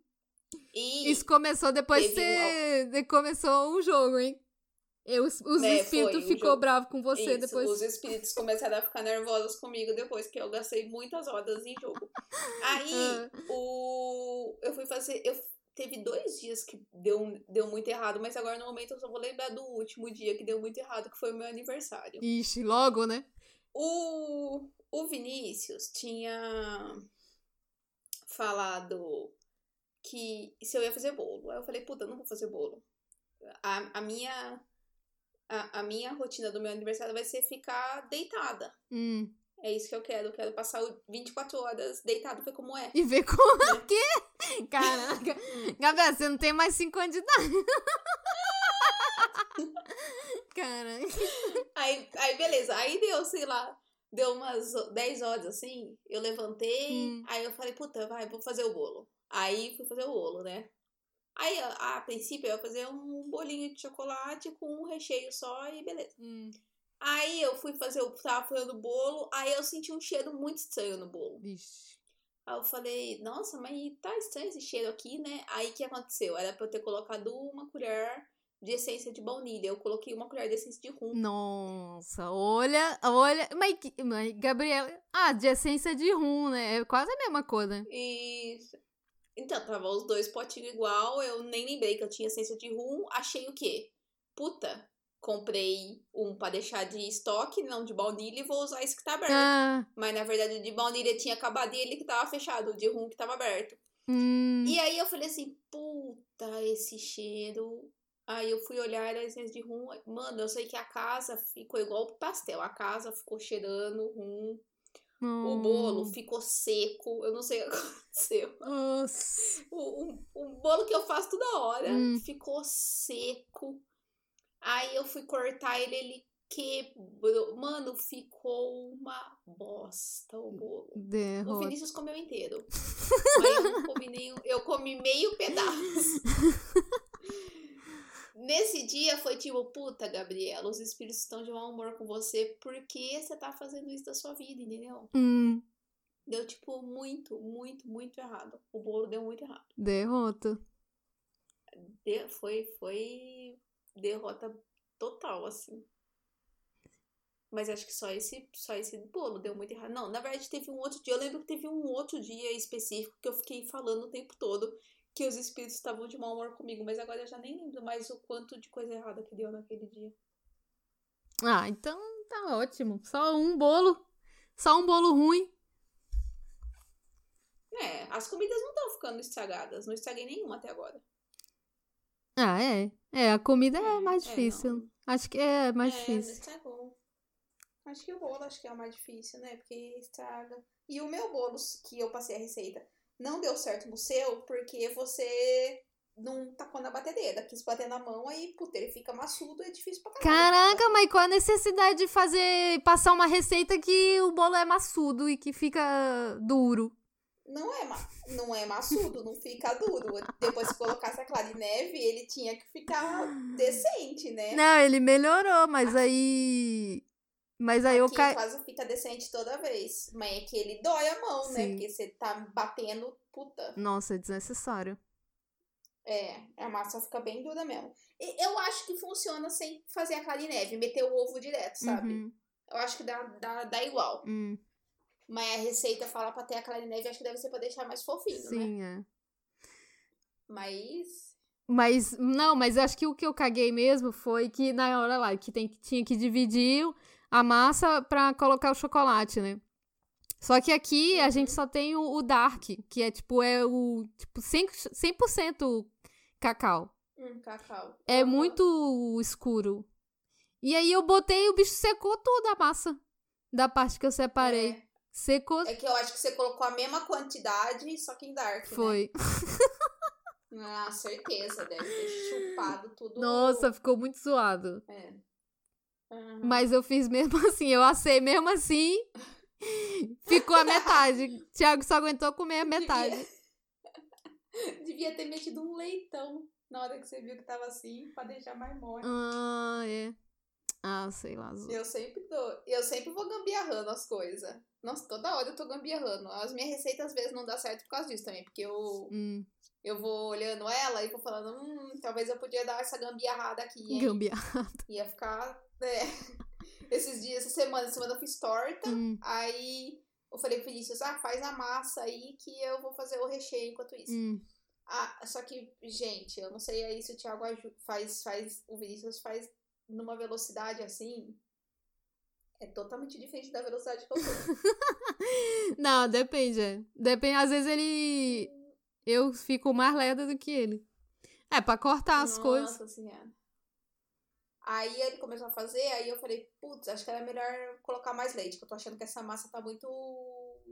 E
Isso começou depois que
Teve um
você de- começou o jogo, hein? E os os
É,
espíritos
foi, o
ficou
jogo.
bravo com você
isso,
depois.
os espíritos começaram a ficar nervosos comigo depois que eu gastei muitas horas em jogo. Aí
Ah.
o eu fui fazer, eu teve dois dias que deu um- deu muito errado, mas agora no momento eu só vou lembrar do último dia que deu muito errado, que foi o meu aniversário.
Ixi, logo, né?
O, o Vinícius tinha falado que se eu ia fazer bolo. Aí eu falei, puta, eu não vou fazer bolo. A, a minha a, a minha rotina do meu aniversário vai ser ficar deitada.
Hum.
É isso que eu quero. Eu quero passar o 24 horas deitado, ver como é.
E ver como.
[laughs]
[laughs] O quê? Caraca. Gabriela, você não tem mais cinco anos de idade. [laughs] Caraca.
Aí, aí beleza. Aí deu, sei lá, deu umas 10 horas assim. Eu levantei,
Hum.
aí eu falei, puta, vai, vou fazer o bolo. Aí fui fazer o bolo, né? Aí, a, a princípio, eu ia fazer um bolinho de chocolate com um recheio só e beleza.
Hum.
Aí eu fui fazer o. Tava fazendo o bolo, aí eu senti um cheiro muito estranho no bolo.
Ixi.
Aí eu falei, nossa, mas tá estranho esse cheiro aqui, né? Aí o que aconteceu? Era pra eu ter colocado uma colher de essência de baunilha. Eu coloquei uma colher de essência de rum.
Nossa, olha, olha. Mas, que- mas Gabriela. Ah, de essência de rum, né? É quase a mesma coisa. né?
E. Então, tava os dois potinhos igual, eu nem lembrei que eu tinha essência de rum, achei o quê? Puta, comprei um pra deixar de estoque, não de baunilha, e vou usar esse que tá aberto.
Ah,
Mas na verdade, o de baunilha tinha acabado e ele que tava fechado, o de rum que tava aberto.
hum,
E aí eu falei assim, puta, esse cheiro. Aí eu fui olhar, era essência de rum. Mano, eu sei que a casa ficou igual pastel, a casa ficou cheirando rum, o
Hum.
bolo ficou seco, eu não sei o que [laughs] aconteceu.
Nossa.
O, o- o bolo que eu faço toda hora
Hum.
ficou seco. Aí eu fui cortar ele, ele quebrou. Mano, ficou uma bosta o bolo. O
Derrota.
Vinícius comeu inteiro. Mas eu não comi nenhum. Eu comi meio pedaço. Nesse Esse dia foi tipo, puta, Gabriela, os espíritos estão de mau humor com você porque você tá fazendo isso da sua vida, entendeu?
Hum,
Deu, tipo, muito, muito, muito errado. O bolo deu muito errado.
derrota.
De- foi, foi derrota total, assim. Mas acho que só esse, só esse bolo deu muito errado. Não, na verdade teve um outro dia. Eu lembro que teve um outro dia específico que eu fiquei falando o tempo todo que os espíritos estavam de mau humor comigo. Mas agora eu já nem lembro mais o quanto de coisa errada que deu naquele dia.
Ah, então tá ótimo. Só um bolo. Só um bolo ruim.
É, as comidas não estão ficando estragadas. Não estraguei nenhuma até agora.
Ah, é. É, a comida é,
É,
mais
é,
difícil. Acho que é mais
é,
difícil.
estragou. Acho que o bolo acho que é o mais difícil, né? Porque estraga. E o meu bolo que eu passei a receita não deu certo no seu porque você não tacou na batedeira, quis bater na mão aí, puta, ele fica maçudo, é difícil pra caralho.
Caraca, mas qual a necessidade de fazer passar uma receita que o bolo é maçudo e que fica duro?
Não é, ma- não é maçudo, não fica duro. Depois que colocasse a clara em neve, ele tinha que ficar decente, né?
Não, ele melhorou, mas aí mas aí eu
que
caí.
quase fica decente toda vez. Mas é que ele dói a mão, né?
Sim.
Porque você tá batendo, puta.
Nossa, é desnecessário.
É, a massa fica bem dura mesmo. E eu acho que funciona sem fazer a clara em neve, meter o ovo direto, sabe?
Uhum,
Eu acho que dá, dá, dá igual.
hum,
Mas a receita fala pra ter a clara em neve, acho que deve ser pra deixar mais fofinho, né?
sim, é.
Mas.
Mas, não, mas acho que o que eu caguei mesmo foi que na hora lá, que tem, que tinha que dividir a massa pra colocar o chocolate, né? Só que aqui a
Uhum.
gente só tem o, o dark, que é tipo, é o tipo 100%, 100% cacau.
Hum, cacau.
É
Aham.
muito escuro. E aí eu botei, o bicho secou toda a massa. Da parte que eu separei. Secou,
É, é que eu acho que você colocou a mesma quantidade, só que em dark. né?
foi.
Ah, certeza, deve ter chupado tudo.
Nossa, ficou muito zoado.
É. Ah, Aham.
Mas eu fiz mesmo [laughs] assim, eu assei mesmo assim. [laughs] Ficou
[laughs]
a metade. Thiago só aguentou comer a metade.
Devia ter metido um leitão na hora que você viu que tava assim, pra deixar mais mole.
Ah, é. Ah, sei lá. zo-
Eu sempre dou. Eu sempre vou gambiarrando as coisas. Nossa, toda hora eu tô gambiarrando. As minhas receitas às vezes não dá certo por causa disso também, porque eu,
Hum,
eu vou olhando ela e vou falando, hum, talvez eu podia dar essa gambiarrada aqui, hein?
gambiarra.
Ia ficar. né? [laughs] Esses dias, essa semana, essa semana eu fiz torta.
Hum,
Aí eu falei pro Vinícius, ah, faz a massa aí que eu vou fazer o recheio enquanto isso.
hum.
Ah, só que, gente, eu não sei aí se o Thiago aju- faz, faz, o Vinícius faz numa velocidade assim. É totalmente diferente da velocidade
[laughs]
que eu tô.
Não, depende. é. Depende. Às vezes ele. Eu fico mais leda do que ele. É, pra cortar as coisas.
Nossa Senhora. Aí ele começou a fazer, aí eu falei, putz, acho que era melhor colocar mais leite, que eu tô achando que essa massa tá muito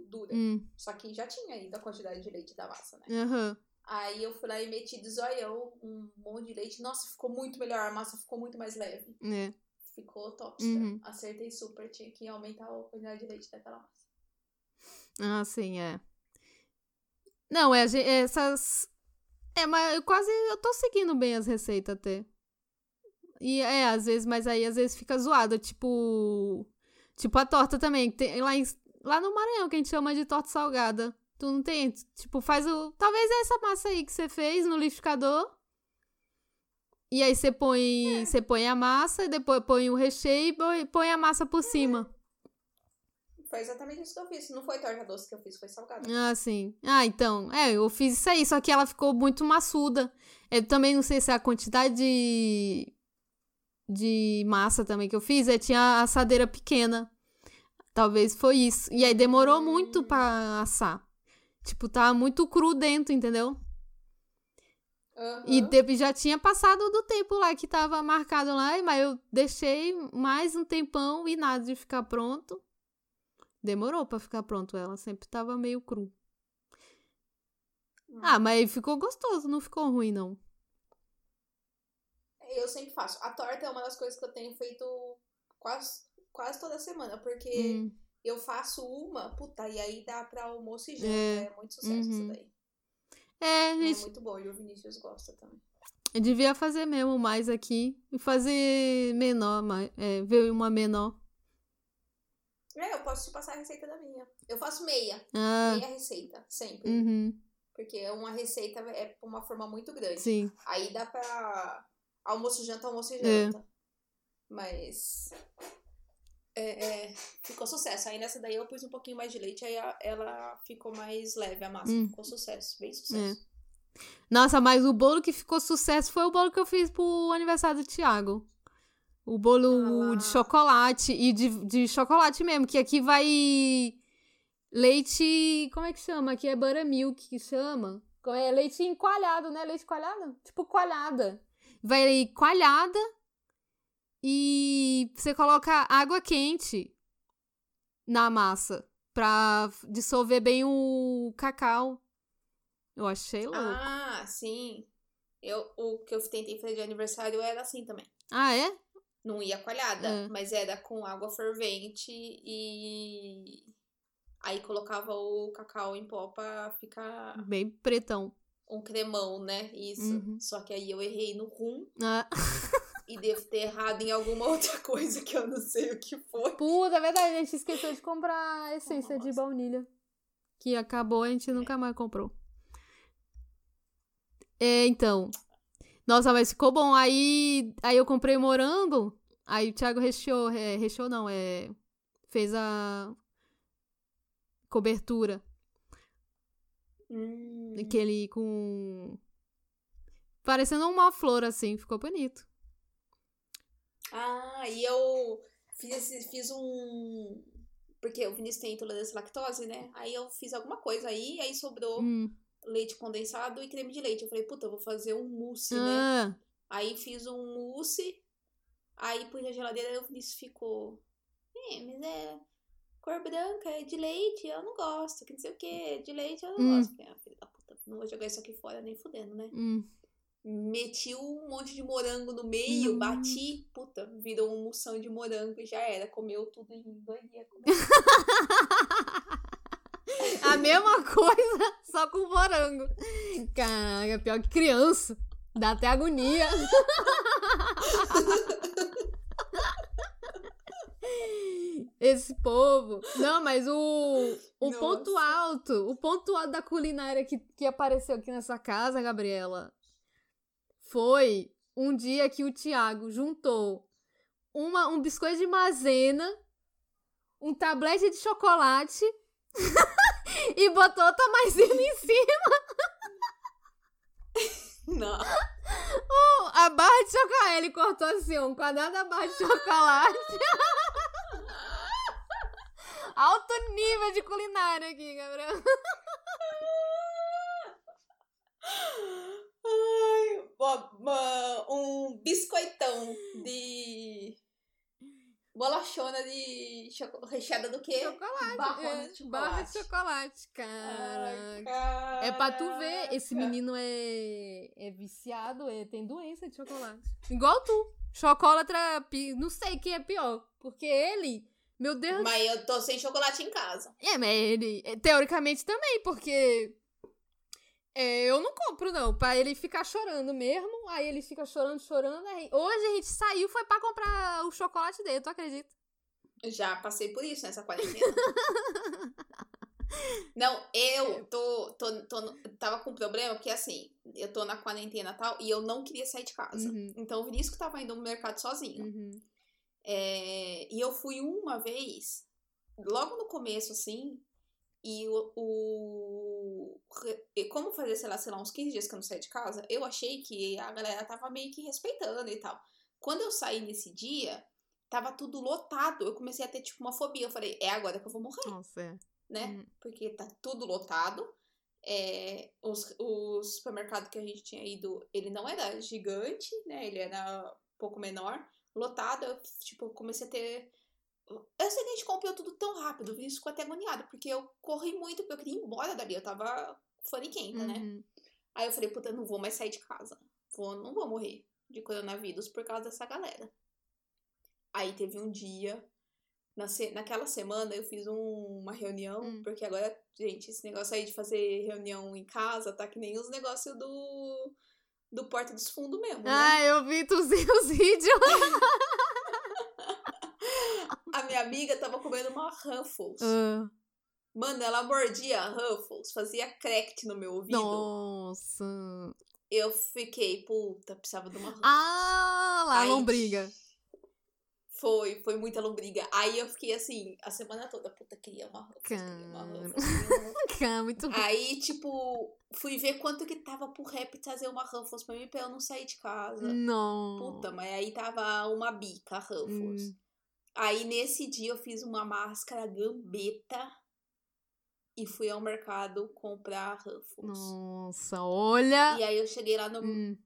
dura.
Hum,
Só que já tinha ainda a quantidade de leite da massa, né?
aham.
Aí eu fui lá e meti do zoião um monte de leite. Nossa, ficou muito melhor, a massa ficou muito mais leve.
É.
Ficou topster.
Uhum.
Acertei super. Tinha que aumentar a quantidade de leite daquela massa.
Ah, sim, é. Não, é, a gen- essas. É, mas eu quase. Eu tô seguindo bem as receitas até. E é, às vezes, mas aí às vezes fica zoado, tipo. Tipo a torta também. que Tem, lá, em- lá no Maranhão, que a gente chama de torta salgada. Tu não tem? Tipo, faz o. Talvez essa massa aí que você fez no liquidificador. E aí você põe. Você põe a massa, e depois põe o recheio e põe- põe a massa por cima.
Foi exatamente isso que eu fiz. Não foi torta doce que eu fiz, foi salgada.
Ah, sim. Ah, então. É, eu fiz isso aí, só que ela ficou muito maçuda. Eu também não sei se é a quantidade de, de massa também que eu fiz, é, tinha assadeira pequena. Talvez foi isso. E aí demorou muito pra assar. Tipo, tá muito cru dentro, entendeu?
Aham.
E de- já tinha passado do tempo lá que tava marcado lá, mas eu deixei mais um tempão e nada de ficar pronto. Demorou pra ficar pronto ela, sempre tava meio cru.
Hum.
Ah, mas ficou gostoso, não ficou ruim não.
Eu sempre faço. A torta é uma das coisas que eu tenho feito quase, quase toda semana. Porque
Hum,
eu faço uma, puta, e aí dá pra almoço e janta.
É.
É, muito sucesso
Uhum.
isso daí.
É,
É
gente,
muito bom. E o Vinícius gosta também.
Eu devia fazer mesmo mais aqui. E fazer menor, mais, é, ver uma menor.
É, eu posso te passar a receita da minha. Eu faço meia.
Ah,
Meia receita, sempre.
uhum,
Porque uma receita é uma forma muito grande.
sim.
Aí dá pra almoço, janta, almoço e
É.
janta. Mas. É, é, ficou sucesso. Aí nessa daí eu pus um pouquinho mais de leite, aí a- ela ficou mais leve a massa.
Hum. É.
Ficou sucesso, bem sucesso.
Nossa, mas o bolo que ficou sucesso foi o bolo que eu fiz pro aniversário do Thiago. O bolo
Ah lá.
de chocolate e de, de chocolate mesmo, que aqui vai leite, como é que chama? Aqui é buttermilk que chama. É leite encoalhado, né? Leite coalhado? Tipo coalhada. Vai coalhada e você coloca água quente na massa pra dissolver bem o cacau. Eu achei louco.
Ah, sim. Eu, o que eu tentei fazer de aniversário era assim também.
Ah, é?
Não ia coalhada,
É.
mas era com água fervente e. Aí colocava o cacau em pó pra ficar
Bem pretão.
um cremão, né? Isso.
Uhum.
Só que aí eu errei no rum
Ah, [laughs]
e devo ter errado em alguma [laughs] outra coisa que eu não sei o que foi.
puta, é verdade, a gente esqueceu de comprar a essência de
bosta.
baunilha. Que acabou, a gente nunca mais comprou. É, então. Nossa, mas ficou bom. Aí, aí eu comprei morango. Aí o Thiago recheou. É, recheou não, é. Fez a cobertura. Hum. Aquele com. Parecendo uma flor, assim. Ficou bonito.
Ah, e eu fiz, esse- fiz um. Porque o Vinícius tem intolerância à lactose, né? Aí eu fiz alguma coisa aí, aí sobrou
Hum.
leite condensado e creme de leite. Eu falei, puta, eu vou fazer um mousse, né?
Ah,
Aí fiz um mousse, aí pus na geladeira e o Vinícius ficou. É, mas é cor branca, é de leite, eu não gosto, que não sei o que, de leite eu não
Hum.
gosto. Eu falei, Ah, filho da puta, não vou jogar isso aqui fora nem fudendo, né?
hum.
Meti um monte de morango no meio,
Hum.
bati, puta, virou um moção de morango e já era, comeu tudo em dois dias. comeu.
A mesma coisa, [laughs] só com morango. Caraca, pior que criança. Dá até agonia. [laughs] Esse povo. Não, mas o, o
Nossa.
ponto alto, o ponto alto da culinária que, que apareceu aqui nessa casa, Gabriela, foi um dia que o Tiago juntou uma, um biscoito de maisena, um tablete de chocolate e botou outra maisena em cima.
Não.
[laughs] A barra de chocolate, ele cortou assim, ó, um quadrado da barra de chocolate. [laughs] Alto nível de culinária aqui, Gabriel.
Ai, ó, ma- um biscoitão de bolachona de choco- recheada do quê?
Chocolate.
Barrona
é,
É, de chocolate.
Barra de chocolate,
Ai,
cara.
caraca.
É pra tu ver, esse menino é, é viciado, é, tem doença de chocolate. Igual tu. Chocolatra, pi- não sei quem é pior. Porque ele, meu Deus
Mas eu tô sem chocolate em casa.
É, mas ele, é, teoricamente também, porque é, eu não compro, não. Pra ele ficar chorando mesmo, aí ele fica chorando, chorando. aí- hoje a gente saiu, foi pra comprar o chocolate dele, tu acredita?
Já passei por isso nessa quarentena. Não, eu tô, tô, tô, no- tava com um problema, porque assim, eu tô na quarentena e tal, e eu não queria sair de casa.
Uhum,
Então o Vinícius que tava indo no mercado sozinho.
uhum.
É, e eu fui uma vez, logo no começo, assim, e o, o- e como fazia, sei lá, sei lá, uns 15 dias que eu não saía de casa, eu achei que a galera tava meio que respeitando e tal. Quando eu saí nesse dia, tava tudo lotado. Eu comecei a ter, tipo, uma fobia. Eu falei, é agora que eu vou morrer
Nossa, é.
né?
Hum.
Porque tá tudo lotado. É, os, o supermercado que a gente tinha ido, ele não era gigante, né? Ele era um pouco menor. Lotado, eu, tipo, comecei a ter. Eu sei que a gente comprou tudo tão rápido, o Vinícius ficou até agoniado, porque eu corri muito, porque eu queria ir embora dali, eu tava faniquenta, né?
Uhum.
Aí eu falei, puta, eu não vou mais sair de casa. Vou, não vou morrer de coronavírus por causa dessa galera. Aí teve um dia, na se- naquela semana eu fiz um- uma reunião,
Hum.
porque agora, gente, esse negócio aí de fazer reunião em casa tá que nem os negócios do do Porta dos Fundos mesmo. né?
Ah, eu vi tu os [laughs] vídeos.
A minha amiga tava comendo uma Ruffles.
Ah,
Mano, ela mordia a Ruffles, fazia crack no meu ouvido.
nossa.
Eu fiquei, puta, precisava de uma Ruffles.
Ah, lá,
Ai,
lombriga.
Foi, foi muita lombriga. Aí eu fiquei assim, a semana toda, puta, queria uma Ruffles, queria uma
Cara.
Ruffles. queria
[laughs]
uma Ruffles.
Cara, muito bom.
Aí, tipo, fui ver quanto que tava pro rap trazer uma Ruffles pra mim, pra eu não sair de casa.
Não.
Puta, mas aí tava uma bica Ruffles.
Hum.
Aí nesse dia eu fiz uma máscara gambeta e fui ao mercado comprar Ruffles.
Nossa, olha.
E aí eu cheguei lá no.
Hum.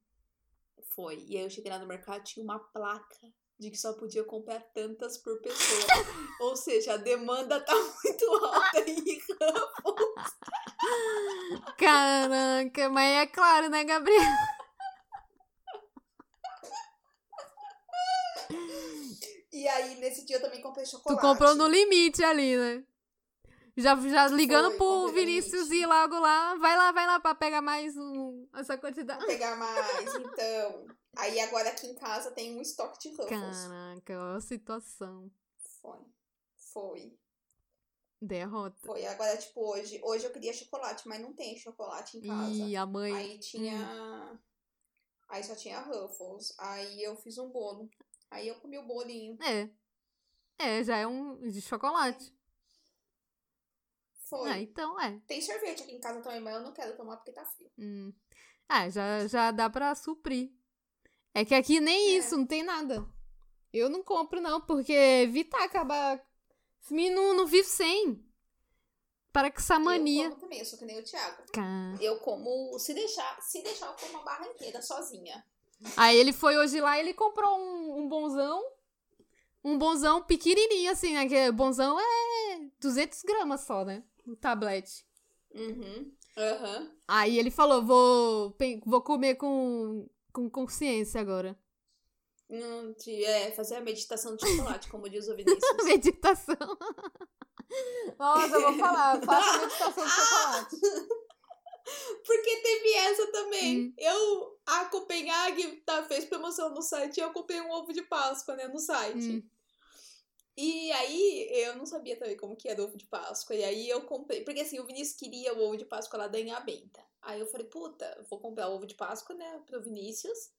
Foi. E aí eu cheguei lá no mercado tinha uma placa de que só podia comprar tantas por pessoa. [laughs] Ou seja, a demanda tá muito alta aí.
Caraca, mas é claro, né, Gabriel?
E aí nesse dia eu também comprei
Tu
chocolate.
comprou no limite ali, né? Já, já ligando
Foi,
pro
comprei no
Vinícius
limite.
ir logo lá. Vai lá, vai lá pra pegar mais um, essa quantidade.
Vou pegar mais, então. Aí agora aqui em casa tem um estoque de Ruffles.
Caraca, ó a situação.
Foi. Foi.
Derrota.
Foi. Agora, tipo, hoje. Hoje eu queria chocolate, mas não tem chocolate em casa.
E a mãe.
Aí
Hum.
tinha. Aí só tinha Ruffles. Aí eu fiz um bolo. Aí eu comi o bolinho.
É. É, já é um de chocolate.
Foi.
Ah, então é.
Tem sorvete aqui em casa também, mas eu não quero tomar porque tá frio.
Hum. Ah, já, já dá pra suprir. É que aqui nem
É.
isso, não tem nada. Eu não compro, não, porque evitar acabar. Esse menino não vive sem. Para com essa
Eu
mania.
como também, eu sou que nem o Thiago.
Cá.
Eu como. Se deixar, se deixar, eu como uma barra inteira sozinha.
Aí ele foi hoje lá e ele comprou um, um bonzão. Um bonzão pequenininho, assim, né? Que bonzão é 200 gramas só, né? O tablete.
Uhum. Aham.
Aí ele falou, vou, pen- vou comer com, com consciência agora. [laughs]
Hum, de- é, fazer a meditação de chocolate, como diz o Vinícius.
Meditação. Nossa, eu vou falar, faça meditação de chocolate.
Porque teve essa também.
Hum.
Eu, a Copenhague tá, fez promoção no site e eu comprei um ovo de Páscoa, né, no site.
Hum.
E aí, eu não sabia também como que era o ovo de Páscoa. E aí eu comprei. Porque assim, o Vinícius queria o ovo de Páscoa lá da Inha Benta. Aí eu falei, puta, eu vou comprar o ovo de Páscoa, né, pro Vinícius.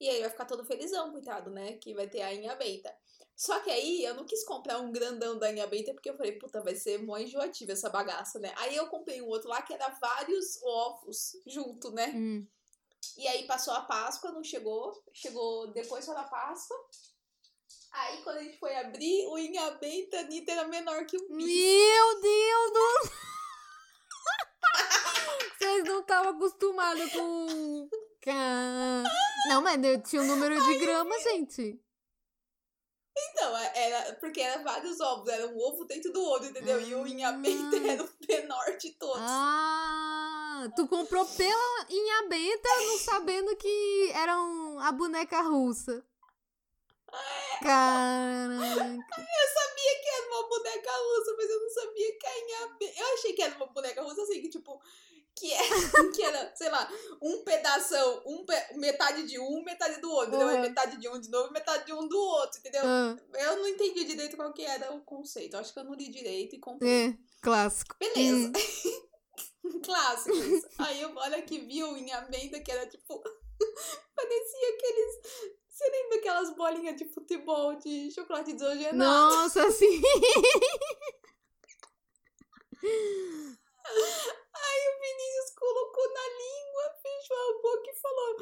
E aí vai ficar todo felizão, coitado, né? Que vai ter a Inha Benta. Só que aí eu não quis comprar um grandão da Inha Benta, porque eu falei, puta, vai ser mó enjoativa essa bagaça, né? Aí eu comprei um outro lá que era vários ovos junto, né?
Hum.
E aí passou a Páscoa, não chegou. Chegou depois só da Páscoa. Aí quando a gente foi abrir, o Inha Benta Anitta era menor que o
Hum.
Mi.
Meu Deus do céu. Vocês não estavam acostumados com... Cá. Não, mas eu tinha um número de gramas, gente.
Então, era, porque era vários ovos, era um ovo dentro do outro, entendeu? E o Inha Benta
Ah.
era o menor de todos.
Ah, tu comprou pela Inha Benta, não sabendo que era um- a boneca russa. Caraca.
sabia que era uma boneca russa, mas eu não sabia que a Inha Be- Eu achei que era uma boneca russa, assim, que tipo. Que era, [laughs] que era, sei lá, um pedaço, um pe- metade de um, metade do outro, entendeu?
Uhum.
Aí Metade de um de novo, metade de um do outro, entendeu?
Ah,
Eu não entendi direito qual que era o conceito. Eu Acho que eu não li direito e comprei.
é, clássico.
Beleza. [laughs] Clássicos. Aí eu olha que viu em amenda que era tipo. [laughs] Parecia aqueles. Você lembra aquelas bolinhas de futebol de chocolate desogenado?
Hum, Nossa, assim.
O Vinícius colocou na língua, fechou a boca e falou: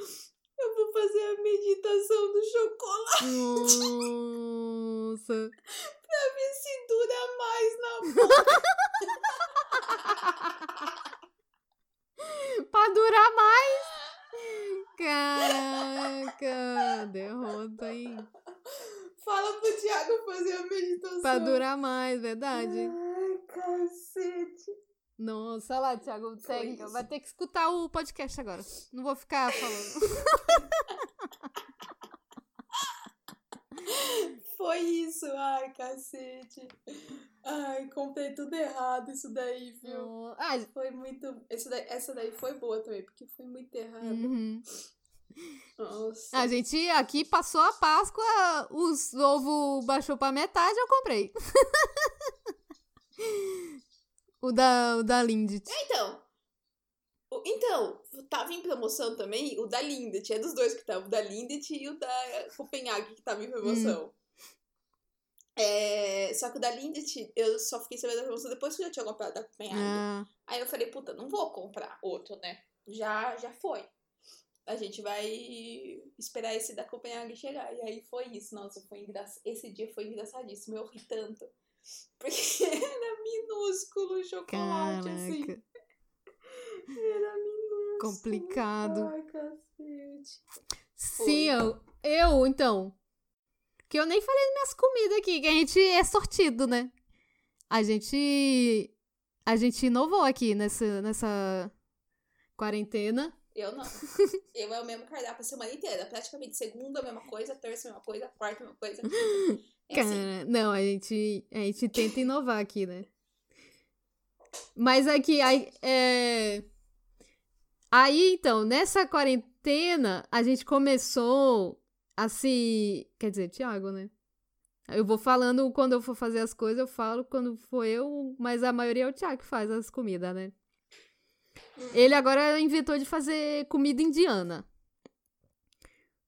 Eu vou fazer a meditação do chocolate
Nossa.
pra ver se dura é mais na
Pra durar mais. Caraca. Derrota, hein?
Fala pro Thiago fazer a meditação.
Pra durar mais, verdade.
Ai, cacete.
Nossa, olha lá, Thiago, segue.
isso.
Vai ter que escutar o podcast agora. Não vou ficar falando.
Foi isso, ai, cacete. Ai, comprei tudo errado isso daí, [laughs] viu?
Não. ah,
Foi muito. Esse daí- essa daí foi boa também, porque foi muito errado.
uhum.
Nossa.
Hum. A gente aqui passou a Páscoa, os ovo baixou pra metade, eu comprei. [laughs] o da, o da Lindt.
Então, o- então, tava em promoção também o da Lindt. É dos dois que tava. O da Lindt e o da Copenhague que tava em
Hum.
promoção. É, só que o da Lindt, eu só fiquei sabendo da promoção depois que eu já tinha comprado da Copenhague.
Ah,
Aí eu falei, puta, não vou comprar outro, né? Já, já foi. A gente vai esperar esse da Copenhague chegar. E aí foi isso. Nossa, foi engra... esse dia foi engraçadíssimo. Eu ri tanto. [laughs] Porque era minúsculo o chocolate, assim.
caraca.
Era minúsculo.
Complicado.
Ai, cacete.
Sim, eu, eu, então. Que eu nem falei das minhas comidas aqui, que a gente é sortido, né? A gente. A gente inovou aqui nessa, nessa quarentena.
Eu
[laughs]
não. Eu é o mesmo cardápio a semana inteira. Praticamente segunda, é a mesma coisa. Terça, a mesma coisa. Quarta, a mesma
[laughs]
coisa. quinta. É assim.
Cara, não, a gente, a gente tenta inovar aqui, né? Mas aqui, aí, é... aí então, nessa quarentena, a gente começou a se. Quer dizer, Thiago, né? Eu vou falando quando eu for fazer as coisas, eu falo quando for eu, mas a maioria é o Thiago que faz as comidas, né? Ele agora inventou de fazer comida indiana.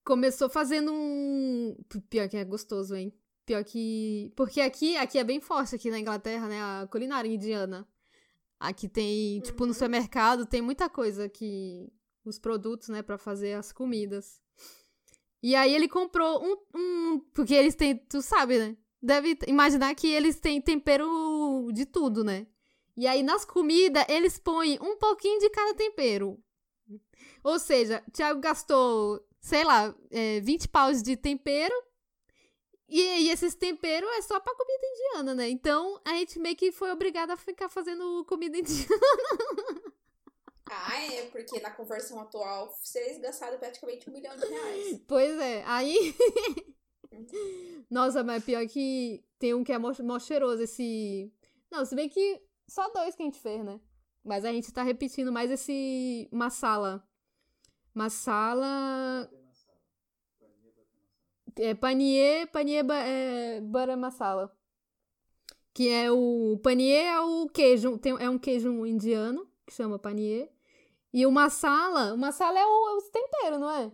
Começou fazendo um. P- Pior que é gostoso, hein? Pior que. Porque aqui, aqui é bem forte, aqui na Inglaterra, né? A culinária indiana. Aqui tem, tipo, no supermercado tem muita coisa que. Os produtos, né? Pra fazer as comidas. E aí ele comprou um. um- porque eles têm. Tu sabe, né? Deve t- imaginar que eles têm tempero de tudo, né? E aí nas comidas eles põem um pouquinho de cada tempero. Ou seja, Thiago gastou, sei lá, é, 20 paus de tempero. E, e esses temperos é só pra comida indiana, né? Então a gente meio que foi obrigada a ficar fazendo comida [laughs] indiana.
Ah, é, porque na conversão atual, vocês gastaram praticamente um milhão de reais.
Pois é, aí. Nossa, mas é pior que tem um que é mó, mó cheiroso esse. Não, se bem que só dois que a gente fez, né? Mas a gente tá repetindo mais esse masala. Masala é panier, panier ba- é, butter masala. Que é o panier é o queijo, tem, é um queijo indiano que chama panier. E o masala, o masala é, o, é os temperos, não é?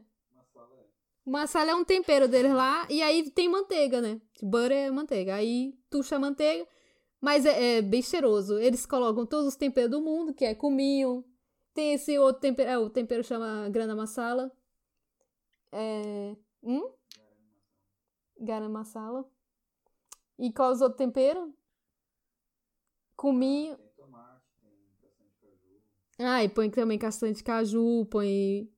O masala é um tempero deles lá e aí tem manteiga, né? Butter é manteiga. Aí tuxa a manteiga, mas é, é bem cheiroso. Eles colocam todos os temperos do mundo, que é cominho. Tem esse outro tempero, é, o tempero chama grana masala. É, hum? Garam masala. E qual os outros temperos? Cominho.
Tem tomate, tem castanha de caju.
Ah, e põe também castanha de caju, põe.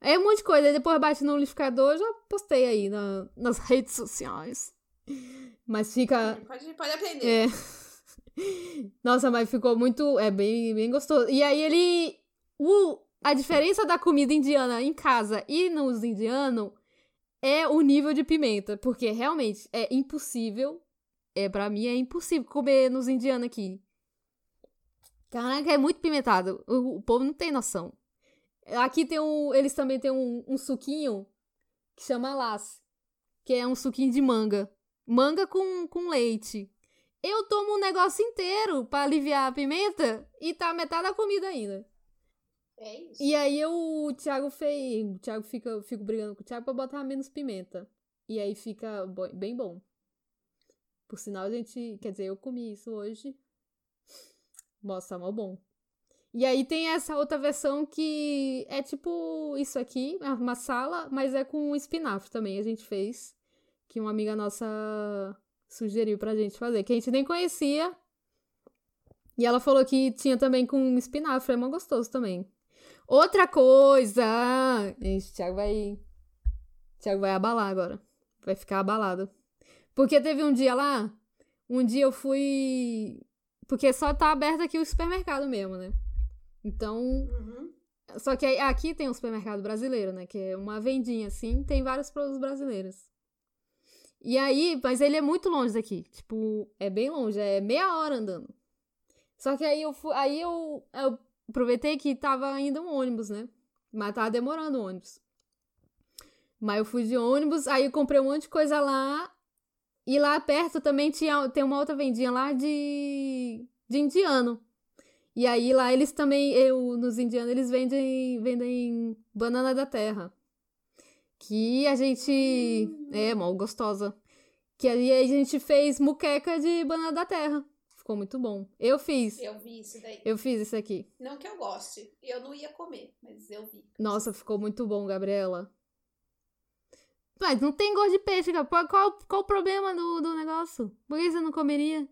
É um monte de coisa. Aí depois bate no liquidificador, eu já postei aí na- nas [laughs] redes sociais. Mas fica.
Pode, pode aprender.
Ah. É. Nossa, mas ficou muito. É bem, bem gostoso. E aí ele. O, a diferença da comida indiana em casa e nos indianos é o nível de pimenta. Porque realmente é impossível. É, pra mim é impossível comer nos indianos aqui. Caraca, é muito pimentado. O, o povo não tem noção. Aqui tem um. Eles também têm um, um suquinho que chama las. Que é um suquinho de manga. Manga com, com leite. Eu tomo um negócio inteiro pra aliviar a pimenta e tá metade da comida ainda.
É isso.
E aí eu, o Thiago fez. O Thiago fica, eu fico brigando com o Thiago pra botar menos pimenta. E aí fica bo- bem bom. Por sinal, a gente. Quer dizer, eu comi isso hoje. Nossa, mal bom. E aí tem essa outra versão que é tipo isso aqui, é uma sala, mas é com espinafre também. A gente fez. Que uma amiga nossa sugeriu pra gente fazer, que a gente nem conhecia. E ela falou que tinha também com espinafre, é mó gostoso também. Outra coisa! Ixi, o Thiago vai. o Thiago vai abalar agora. Vai ficar abalado. Porque teve um dia lá. Um dia eu fui. Porque só tá aberto aqui o supermercado mesmo, né? Então.
Uhum.
Só que aí- aqui tem um supermercado brasileiro, né? Que é uma vendinha assim. Tem vários produtos brasileiros. E aí. Mas ele é muito longe daqui. Tipo, é bem longe. É meia hora andando. Só que aí eu fui. Aí eu- eu aproveitei que tava ainda um ônibus, né? Mas tava demorando o ônibus. Mas eu fui de ônibus, aí eu comprei um monte de coisa lá. E lá perto também tinha, tem uma outra vendinha lá de, de indiano. E aí lá eles também, eu, nos indianos, eles vendem, vendem banana da terra. Que a gente. É, mó gostosa. Que aí a gente fez muqueca de banana da terra. Ficou muito bom. Eu fiz.
Eu vi isso daí.
Eu fiz isso aqui.
Não que eu goste. Eu não ia comer, mas eu vi.
Nossa, ficou muito bom, Gabriela. Mas não tem gosto de peixe, cara. Qual, qual, qual o problema do, do negócio? Por que você não comeria?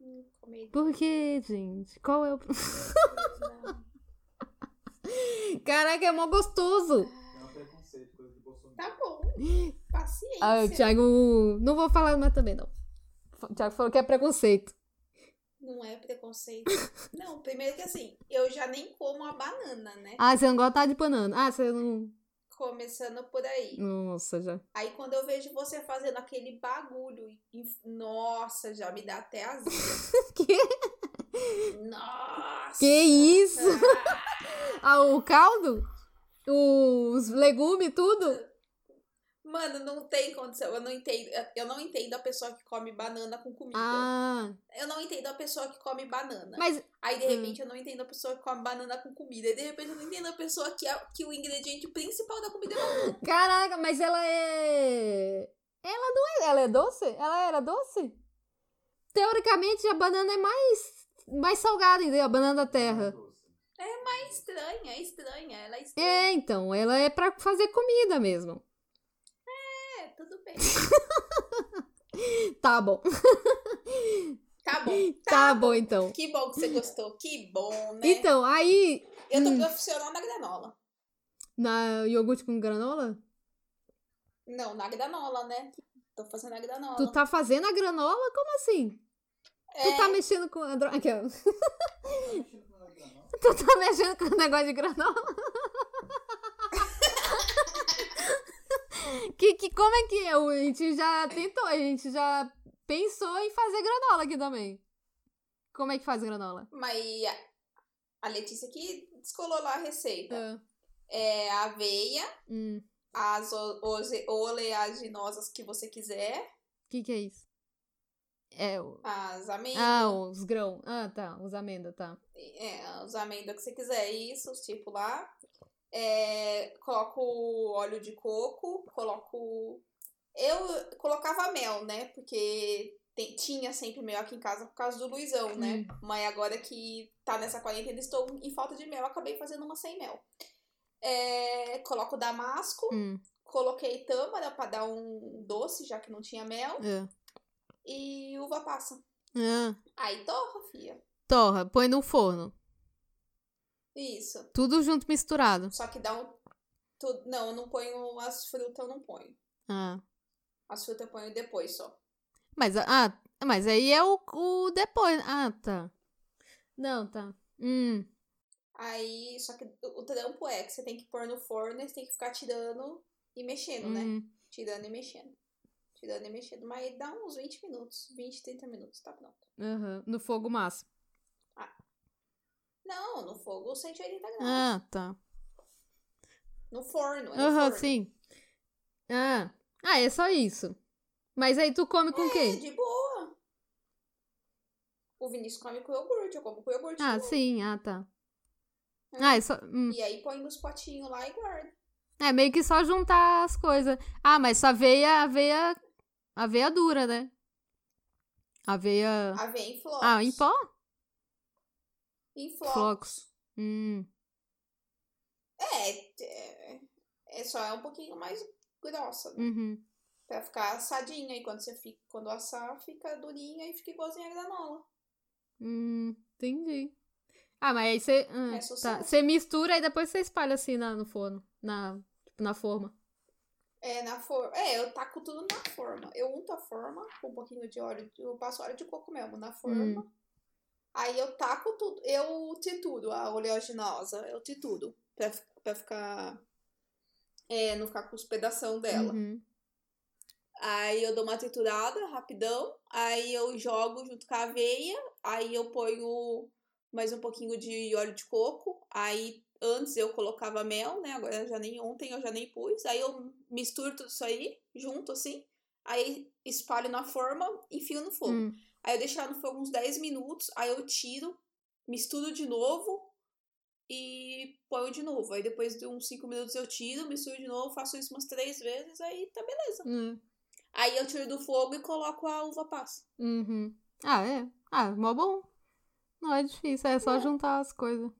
Hum, comi.
Por que, gente? Qual é o. pro-
Não.
[laughs] Caraca, é mó gostoso!
É um preconceito, coisa de Bolsonaro.
Tá
[laughs]
bom. Paciência.
Ah, o Thiago. Não vou falar mais também, não. O Thiago falou que é preconceito.
Não é
[laughs]
preconceito. Não, primeiro que assim, eu já nem como a banana, né?
Ah, você não gosta de banana. Ah, você não.
Começando por aí.
Nossa, já.
Aí quando eu vejo você fazendo aquele bagulho, e- nossa, já me dá até azia.
[laughs] Que,
Nossa!
que isso? Ah, o caldo? Os legumes, tudo?
Mano, não tem condição. Eu não entendo. Eu não entendo a pessoa que come banana com comida.
Ah,
Eu não entendo a pessoa que come banana.
mas.
Aí de
Hum.
repente eu não entendo a pessoa que come banana com comida. E de repente eu não entendo a pessoa que, a- que o ingrediente principal da comida é banana.
Caraca, mas ela é. Ela não é. Ela é doce? Ela era doce? Teoricamente, a banana é mais. Mais salgada, entendeu? A banana da terra.
É estranha, é estranha. Ela é estranha.
É, então. Ela é pra fazer comida mesmo.
É, tudo bem.
Tá bom. [laughs]
Tá bom.
Tá bom, então.
Que bom que você gostou. Que bom, né?
Então, aí.
eu tô
hum.
profissional na granola.
Na iogurte com granola?
Não, na granola, né? Tô fazendo a granola.
Tu tá fazendo a granola? Como assim?
É.
Tu tá mexendo com a droga. Aqui, ó.
Não tá mexendo com nada, não.
Tu tá mexendo com o negócio de granola? [laughs] que, que, como é que é? A gente já tentou, a gente já pensou em fazer granola aqui também. Como é que faz granola?
Mas a- a Letícia que descolou lá a receita.
Ah,
É, a aveia,
hum,
as o- ose- oleaginosas que você quiser,
que que é isso? É o...
as amêndoas,
Ah, os grãos. Ah, tá. Os amêndoas, tá.
é, as amêndoas que você quiser, isso, tipo lá. É, coloco óleo de coco, coloco. Eu colocava mel, né? Porque tem- tinha sempre mel aqui em casa por causa do Luizão, né?
Hum.
Mas agora que tá nessa quarentena, estou em falta de mel. Acabei fazendo uma sem mel. É, coloco damasco.
Hum,
Coloquei tâmara pra dar um doce, já que não tinha mel.
é.
E uva passa.
Ah,
Aí torra, fia.
torra, põe no forno.
Isso.
Tudo junto misturado.
Só que dá um... tu- Não, eu não ponho as frutas, eu não ponho.
Ah.
As frutas eu ponho depois só.
Mas, ah, mas aí é o, o depois. Ah, tá. Não, tá. Hum.
Aí, só que o o trampo é que você tem que pôr no forno e você tem que ficar tirando e mexendo, né?
hum.
Tirando e mexendo. Tirando e mexendo. Mas dá uns 20 minutos, 20, 30 minutos, tá pronto.
Aham. No fogo máximo.
Não, no fogo 180 graus.
Ah, tá.
No forno, é no
Aham,
forno.
sim. Ah. ah, é só isso. Mas aí tu come com o
É,
quê?
de boa. O Vinícius come com iogurte, eu como com iogurte.
Ah,
também.
sim, ah, tá.
É.
Ah, é só. hum.
E aí põe nos potinhos lá e guarda.
É meio que só juntar as coisas. Ah, mas só aveia, aveia. Aveia dura, né? Aveia.
Aveia em flocos.
Ah, em pó?
Em flocos.
Flocos. Hum.
É, é, é só é um pouquinho mais grossa, né?
Uhum.
Pra ficar assadinha. E quando você fica, quando assar, fica durinha e fica igualzinha a granola.
Hum, entendi. Ah, mas aí você. ah,
É
tá.
sucesso.
Você mistura e depois você espalha assim na, no forno. Na, tipo, na forma.
É, na forma. É, eu taco tudo na forma. Eu unto a forma com um pouquinho de óleo. Eu passo óleo de coco mesmo na forma. Aí eu taco tudo. Eu trituro a oleaginosa. Eu trituro. Pra, fi- pra ficar. É, não ficar com os pedação dela.
Uhum.
Aí eu dou uma triturada rapidão. Aí eu jogo junto com a aveia. Aí eu ponho mais um pouquinho de óleo de coco. Aí antes eu colocava mel, né? Agora eu já nem ontem eu já nem pus. Aí eu misturo tudo isso aí junto assim. Aí espalho na forma, enfio no fogo.
Hum.
Aí eu deixo ela no fogo uns 10 minutos, aí eu tiro, misturo de novo e ponho de novo. Aí depois de uns 5 minutos eu tiro, misturo de novo, faço isso umas 3 vezes, aí tá beleza.
Hum.
Aí eu tiro do fogo e coloco a uva passa.
Uhum. Ah, é. Ah, mó bom. Não é difícil, é só
É.
juntar as coisas.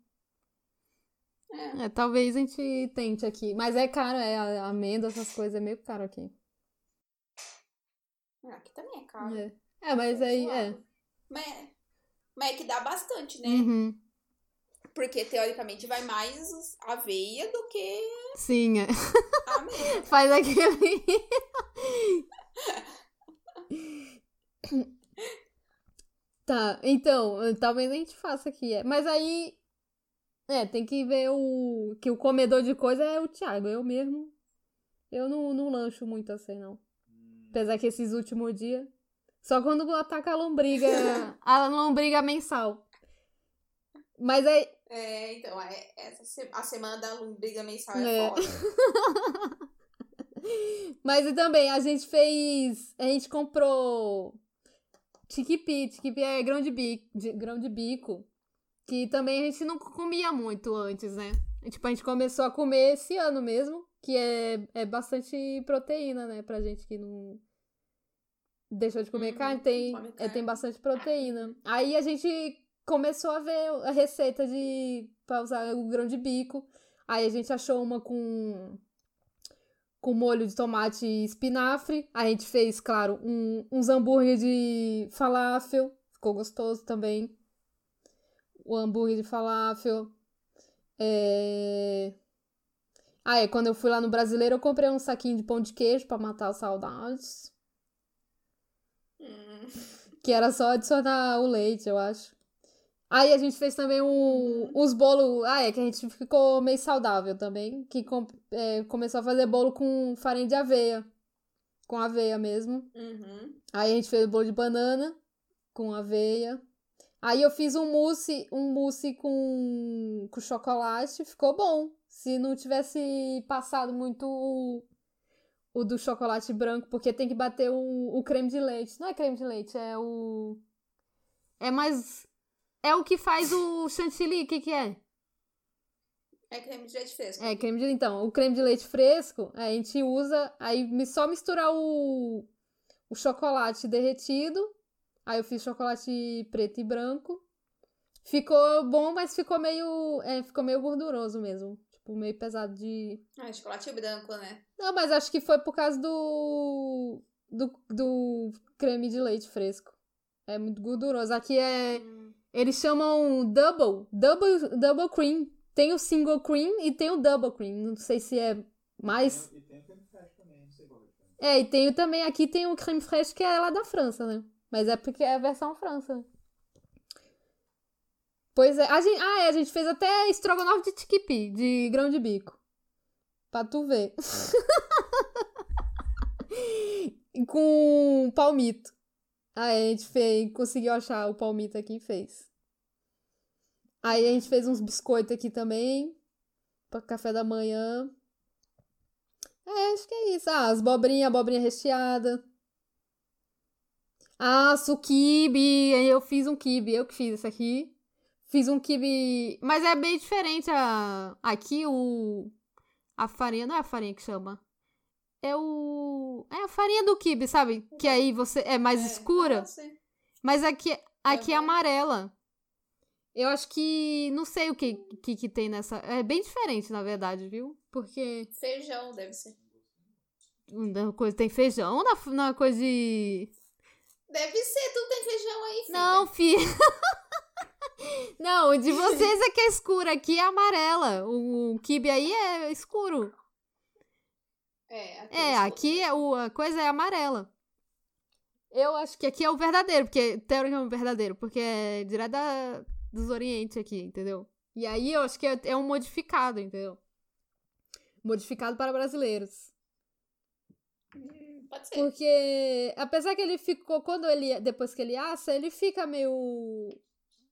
É.
É, talvez a gente tente aqui. Mas é caro, é a- amêndoa, essas coisas é meio caro aqui.
Ah, Aqui também é caro.
É. É, mas aí, é.
Suave. Mas, mas é que dá bastante, né?
Uhum.
Porque teoricamente vai mais aveia do que
Sim, é.
a amêndoa.
[laughs] Faz aquele. tá, então, eh, talvez a gente faça aqui. é. Mas aí. É, tem que ver o. Que o comedor de coisa é o Thiago, eu mesmo. Eu não, não lancho muito assim, não. Apesar que esses últimos dias. Só quando ataca a lombriga. a lombriga mensal. Mas aí.
É, então, é, essa, se- a semana da lombriga mensal é,
É.
foda.
Mas e também, a gente fez. A gente comprou. Tiquipi. Tiquipi é grão de bico. de- grão de bico. Que também a gente não comia muito antes, né? E, Tipo, a gente começou a comer esse ano mesmo. Que é, é bastante proteína, né? Pra gente que não. Deixou de comer
Uhum,
carne, tem,
come
é, tem
carne.
bastante proteína. Aí a gente começou a ver a receita de. pra usar o grão de bico. Aí a gente achou uma com com molho de tomate e espinafre. A gente fez, claro, um, uns hambúrguer de falafel. Ficou gostoso também. O hambúrguer de falafel. É... Ah, é. Quando eu fui lá no Brasileiro, eu comprei um saquinho de pão de queijo pra matar as saudades.
Hum.
Que era só adicionar o leite, eu acho. Aí a gente fez também o, os bolos. Ah, é que a gente ficou meio saudável também. Que com- é, começou a fazer bolo com farinha de aveia. Com aveia mesmo.
Uhum.
Aí a gente fez bolo de banana com aveia. Aí eu fiz um mousse, um mousse com, com chocolate, ficou bom. Se não tivesse passado muito o, o do chocolate branco, porque tem que bater o, o creme de leite. Não é creme de leite, é o. É mais. É o que faz o chantilly, o que, que é?
É creme de leite fresco.
É, creme de Então, o creme de leite fresco, a gente usa. Aí mi- só misturar o, o chocolate derretido. Aí eu fiz chocolate preto e branco. Ficou bom, mas ficou meio. é, ficou meio gorduroso mesmo. Tipo, meio pesado de.
Ah, chocolate branco, né?
Não, mas acho que foi por causa do. do, do creme de leite fresco. É muito gorduroso. Aqui é.
Hum.
Eles chamam double, double, double cream. Tem o single cream e tem o double cream. Não sei se é mais.
E tem um o creme fraiche também, não sei qual é. o creme.
É, e tem o também aqui tem o creme fraiche que é lá da França, né? Mas é porque é a versão França. Pois é, a gente, ah, é, a gente fez até estrogonofe de tiquipi, de grão de bico. Pra tu ver. [laughs] E Com palmito. Aí a gente fez, conseguiu achar o palmito aqui e fez. Aí a gente fez uns biscoitos aqui também. Pra café da manhã. É, acho que é isso. Ah, as abobrinha, abobrinha recheada. Ah, suquibe. Aí Eu fiz um quibe, eu que fiz isso aqui. Fiz um quibe, mas é bem diferente a aqui o a farinha, não é a farinha que chama. É o é a farinha do quibe, sabe? Que aí você é mais
É,
escura.
eu sei.
Mas aqui, aqui é
Aham.
amarela. Eu acho que. Não sei o que, que, que tem nessa. É bem diferente, na verdade, viu? Porque.
Feijão, deve ser.
na coisa Tem feijão na, na coisa de.
Deve ser, tudo tem feijão aí, filha.
Não, filha. [laughs] Não, o de vocês é que é escura. Aqui é amarela. O, o kibe aí é escuro.
É, aqui,
É, aqui é o, a coisa é amarela. Eu acho que aqui é o verdadeiro, porque teoricamente é o verdadeiro, porque é direto da, dos Oriente aqui, entendeu? E aí eu acho que é, é um modificado, entendeu? Modificado para brasileiros.
Hum, Pode ser.
Porque apesar que ele ficou quando ele depois que ele assa, ele fica meio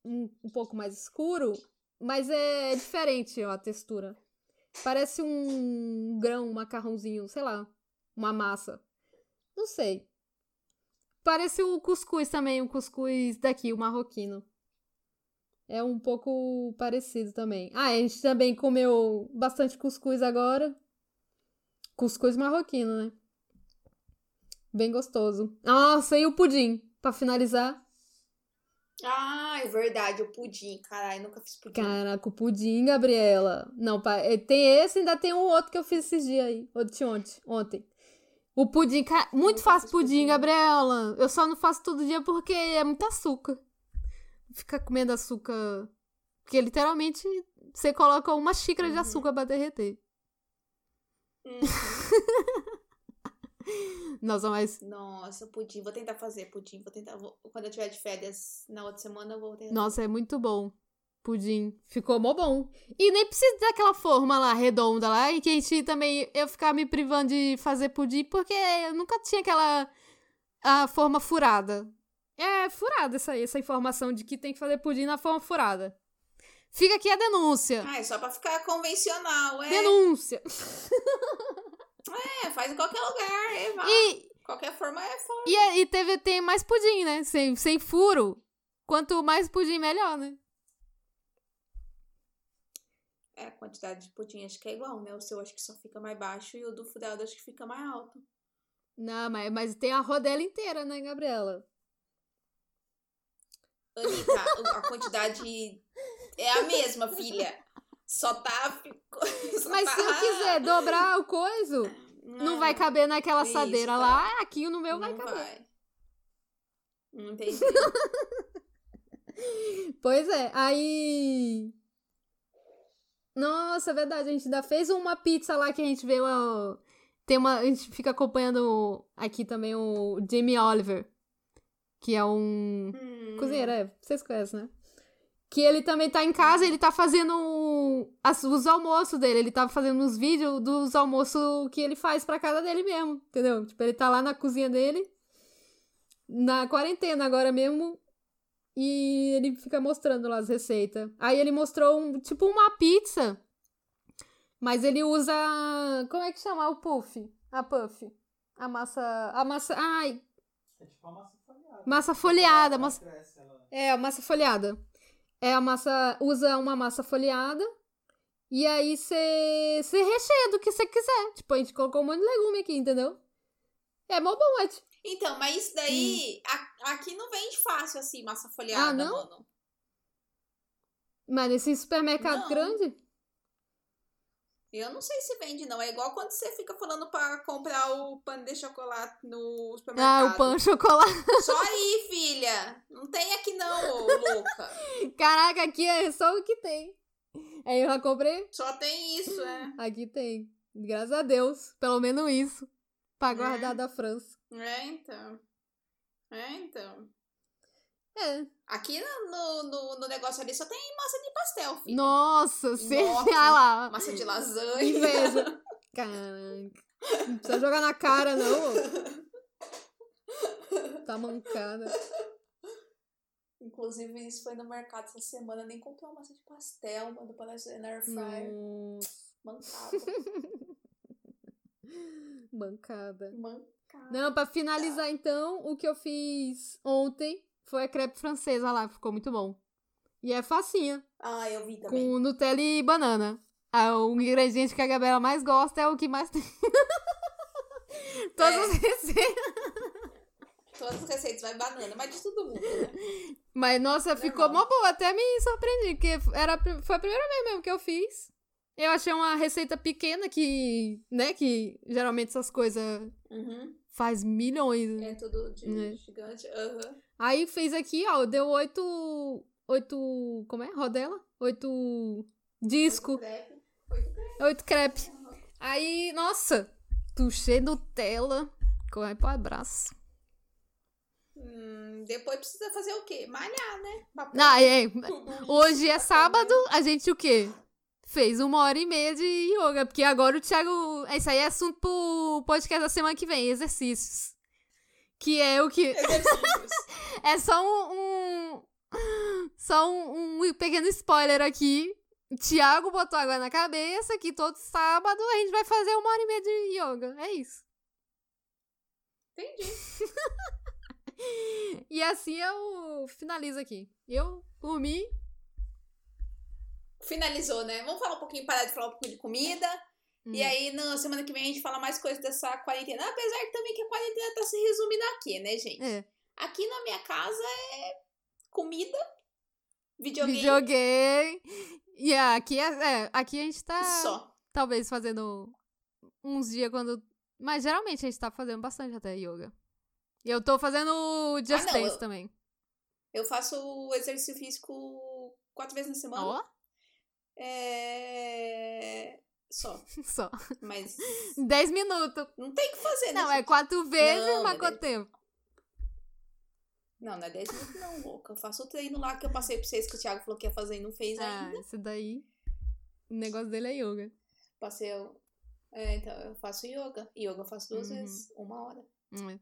um, um pouco mais escuro, mas é diferente ó, a textura. Parece um grão, um macarrãozinho, sei lá, uma massa. Não sei. Parece o cuscuz também, o cuscuz daqui, o marroquino. É um pouco parecido também. Ah, a gente também comeu bastante cuscuz agora. Cuscuz marroquino, né? Bem gostoso. Nossa, e o pudim, pra finalizar.
Ah, é verdade, o pudim. Caralho, nunca fiz pudim.
Caraca, o pudim, Gabriela. Não, pa- eh, tem esse, ainda tem um outro que eu fiz esses dias aí. Ou de ontem, ontem. O pudim, ca- muito
Nunca
fácil
fiz
pudim,
pudim.
Gabriela. Eu só não faço todo dia porque é muito açúcar. Ficar comendo açúcar. Porque literalmente você coloca uma xícara de
Uhum.
açúcar pra derreter.
Hum.
Nossa, mas.
Nossa, pudim. Vou tentar fazer pudim. Vou tentar. vou- quando eu tiver de férias na outra semana, eu vou tentar.
Nossa, é muito bom. Pudim. Ficou mó bom. E nem precisa daquela forma lá, redonda lá, e que a gente também. Eu ficar me privando de fazer pudim, porque eu nunca tinha aquela. A forma furada. É furada essa, essa informação de que tem que fazer pudim na forma furada. Fica aqui a denúncia.
Ah, é só pra ficar convencional, é.
Denúncia.
É, faz em qualquer lugar, é, vá.
E,
Qualquer forma é forma.
E, é- e teve, tem mais pudim, né? Sem, sem furo. Quanto mais pudim, melhor, né?
É, a quantidade de pudim acho que é igual, né? O seu acho que só fica mais baixo e o do Fudeldo acho que fica mais alto.
Não, mas, mas tem a rodela inteira, né, Gabriela?
Anitta, a quantidade é a mesma, filha. Só tá. [laughs] só
Mas
tá-
se eu quiser dobrar o coiso, não vai caber naquela
isso,
assadeira
tá.
lá, aqui no meu vai
não
caber.
vai. Não
[laughs]
entendi.
Pois é, aí. Nossa, é verdade, a gente ainda fez uma pizza lá que a gente vê lá. Tem uma, a gente fica acompanhando aqui também o Jamie Oliver, que é um
Hum.
Cozinheiro, é. Vocês conhecem, né? Que ele também tá em casa, ele tá fazendo as- os almoços dele. Ele tá fazendo uns vídeos dos almoços que ele faz pra casa dele mesmo, entendeu? Tipo, ele tá lá na cozinha dele, na quarentena agora mesmo, e ele fica mostrando lá as receitas. Aí ele mostrou, um, tipo, uma pizza, mas ele usa... Como é que chama? O puff. A puff. A massa... A massa... Ai,
É tipo uma massa folhada.
Massa folhada,
Ela
massa-
cresce, ela-
é, a massa folhada. É a massa. Usa uma massa folhada. E aí você recheia do que você quiser. Tipo, a gente colocou um monte de legume aqui, entendeu? É mó bom, é, tipo,
Então, mas isso daí. a- aqui não vende fácil assim, massa folhada,
Ah, não?
mano.
Mas nesse supermercado
Não.
grande.
Eu não sei se vende, não. É igual quando você fica falando pra comprar o pano de chocolate no
Ah,
supermercado.
o
[laughs]
pão chocolate. [laughs]
Só aí, filha. Não tem aqui, não, ô, louca.
Caraca, aqui é só o que tem. Aí eu já comprei.
Só tem isso, é.
Aqui tem. Graças a Deus. Pelo menos isso. Pra
É.
guardar da França.
É, então. É, então.
É.
Aqui no, no, no- no negócio ali só tem massa de pastel, filha.
Nossa, [laughs] sei
Nossa.
lá.
Massa de
Que
lasanha.
É Inveja. Caraca. Não precisa jogar na cara, não. ô. Tá mancada.
[laughs] Inclusive, isso foi no mercado essa semana. Nem comprei uma massa de pastel, mano, pra nós na air fryer.
Nossa,
Mancada. [laughs]
Mancada.
Mancada.
Não, pra finalizar então, o que eu fiz ontem foi a crepe francesa lá, ficou muito bom. E é facinha,
Ah, eu vi também.
com Nutella e banana. Ah, o ingrediente que a Gabriela mais gosta é o que mais tem. [laughs] Todas
É.
as receitas.
Todas as receitas vai banana, mas de todo mundo, né?
Mas nossa, ficou
Normal.
mó boa, até me surpreendi, porque era, a pri- foi a primeira vez mesmo que eu fiz. Eu achei uma receita pequena que, né, que geralmente essas coisas
Uhum.
faz milhões. né?
É tudo de
É.
gigante. Aham.
Aí fez aqui, ó, deu oito. Oito. Como é? Rodela? Oito. Disco.
Crepe.
Oito crepe. Aí, nossa! Tuchei Nutella. Corre pro abraço.
Hum, depois precisa fazer o quê? Malhar, né? Pra
Não, é, é.
tudo isso
Hoje é
pra
sábado,
comer.
a gente o quê? Fez uma hora e meia de yoga, porque agora o Thiago. Isso aí é assunto pro podcast da semana que vem, exercícios. Que é o que.
Exercícios. [laughs]
É só um. [laughs] um- Só um, um pequeno spoiler aqui. Tiago botou água na cabeça que todo sábado a gente vai fazer uma hora e meia de yoga. É isso.
Entendi.
[laughs] E assim eu finalizo aqui. Eu, por mim,
Finalizou, né? Vamos falar um pouquinho, parar de falar um pouquinho de comida. E
Hum.
aí, na semana que vem, a gente fala mais coisas dessa quarentena. Apesar que também que a quarentena tá se resumindo aqui, né, gente?
É.
Aqui na minha casa é comida, videogame
videogame. E aqui, é, é, aqui a gente tá
só.
talvez fazendo uns dias quando. Mas geralmente a gente tá fazendo bastante até yoga. E eu tô fazendo o Just
Ah, não,
Dance
eu-
também.
Eu faço exercício físico quatro vezes na semana.
Ó,
É... Só.
[laughs] só.
Mas
10 minutos.
não tem o que fazer, né?
Não, é quatro vezes,
Não,
mas
beleza.
quanto tempo?
Não, não é 10 minutos, não, louca. Eu faço o treino lá que eu passei pra vocês que o Thiago falou que ia fazer e não fez
Ah,
ainda.
isso daí. O negócio dele é yoga.
Passei. eu- É, então, eu faço yoga. Yoga eu faço duas
Uhum.
vezes, uma hora. Hum.
É.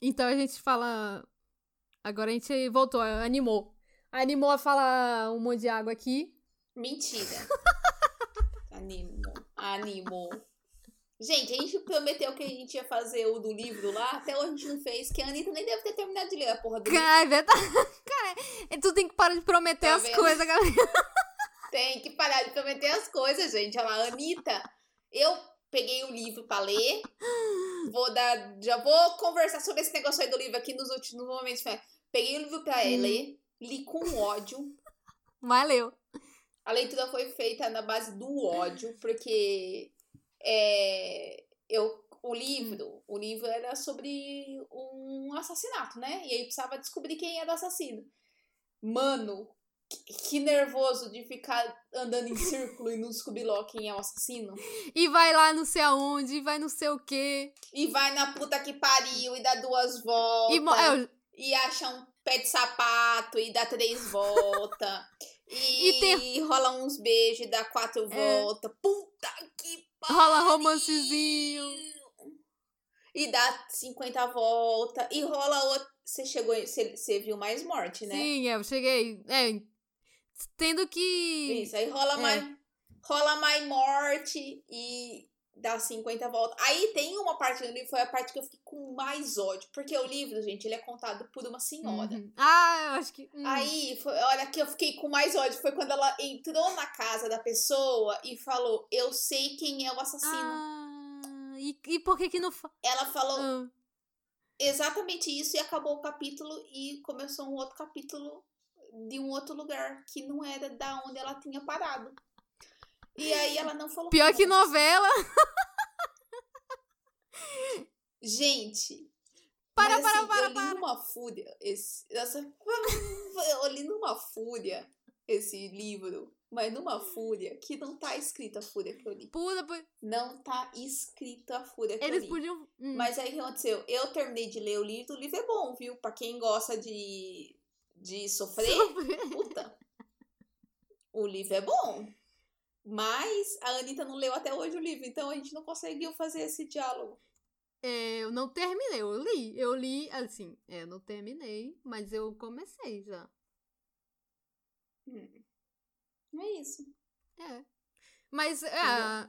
Então a gente fala. Agora a gente voltou, animou. Animou a falar um monte de água aqui. [laughs]
Mentira. Animo. Animo. Gente, a gente prometeu que a gente ia fazer o do livro lá, até hoje a gente não fez, que a Anitta nem deve ter terminado de ler a porra do
[laughs]
livro.
Cara, é verdade. Cara, é, tu tem que parar de prometer
Tá
as
vendo?
coisas, Gabriel.
Tem que parar de prometer as coisas, gente. Olha lá, Anitta, eu peguei o livro pra ler. Vou dar. Já vou conversar sobre esse negócio aí do livro aqui nos últimos momentos. Peguei o livro pra
Hum.
ler, li com ódio.
Valeu.
A leitura foi feita na base do ódio, porque é, eu, o livro, o livro era sobre um assassinato, né? E aí precisava descobrir quem era o assassino. Mano, que, que nervoso de ficar andando em círculo e não descobrir logo quem é o assassino.
E vai lá não sei aonde, e vai não sei o quê.
E vai na puta que pariu e dá duas voltas.
E mo- é, o-
e acha um pé de sapato e dá três voltas. e
[laughs] E tem-
rola uns beijos e dá quatro
É.
voltas. Puta que pariu!
rola romancezinho.
E dá 50 voltas. E rola outro. Você chegou. em- Você você viu mais morte, né?
Sim, é, eu cheguei. É, tendo que.
Isso, aí rola
É.
mais. Rola mais morte e dá 50 voltas. Aí tem uma parte do livro, foi a parte que eu fiquei com mais ódio. Porque o livro, gente, ele é contado por uma senhora.
Uhum. Ah, eu acho que. hum.
Aí, foi- olha, que eu fiquei com mais ódio foi quando ela entrou na casa da pessoa e falou: Eu sei quem é o assassino.
Ah, e, e por que que não. fa-
Ela falou
Ah,
exatamente isso e acabou o capítulo e começou um outro capítulo de um outro lugar que não era da onde ela tinha parado. E aí ela não falou.
pior
nada.
que novela.
Gente.
Para,
mas,
para,
assim,
para,
eu li
para.
numa fúria. Esse, essa, [laughs] eu li numa fúria esse livro, mas numa fúria que não tá escrita a fúria que eu li.
Puta, pu-
Não tá escrito a fúria que
eles
eu li.
podiam. hum.
Mas
[laughs]
aí o que aconteceu? Eu terminei de ler o livro, o livro é bom, viu? Pra quem gosta de, de sofrer, [laughs] puta. O livro é bom. Mas a Anitta não leu até hoje o livro, então a gente não conseguiu fazer esse diálogo.
É, eu não terminei, eu li. Eu li, assim, é, eu não terminei, mas eu comecei já.
É isso.
É. Mas, é,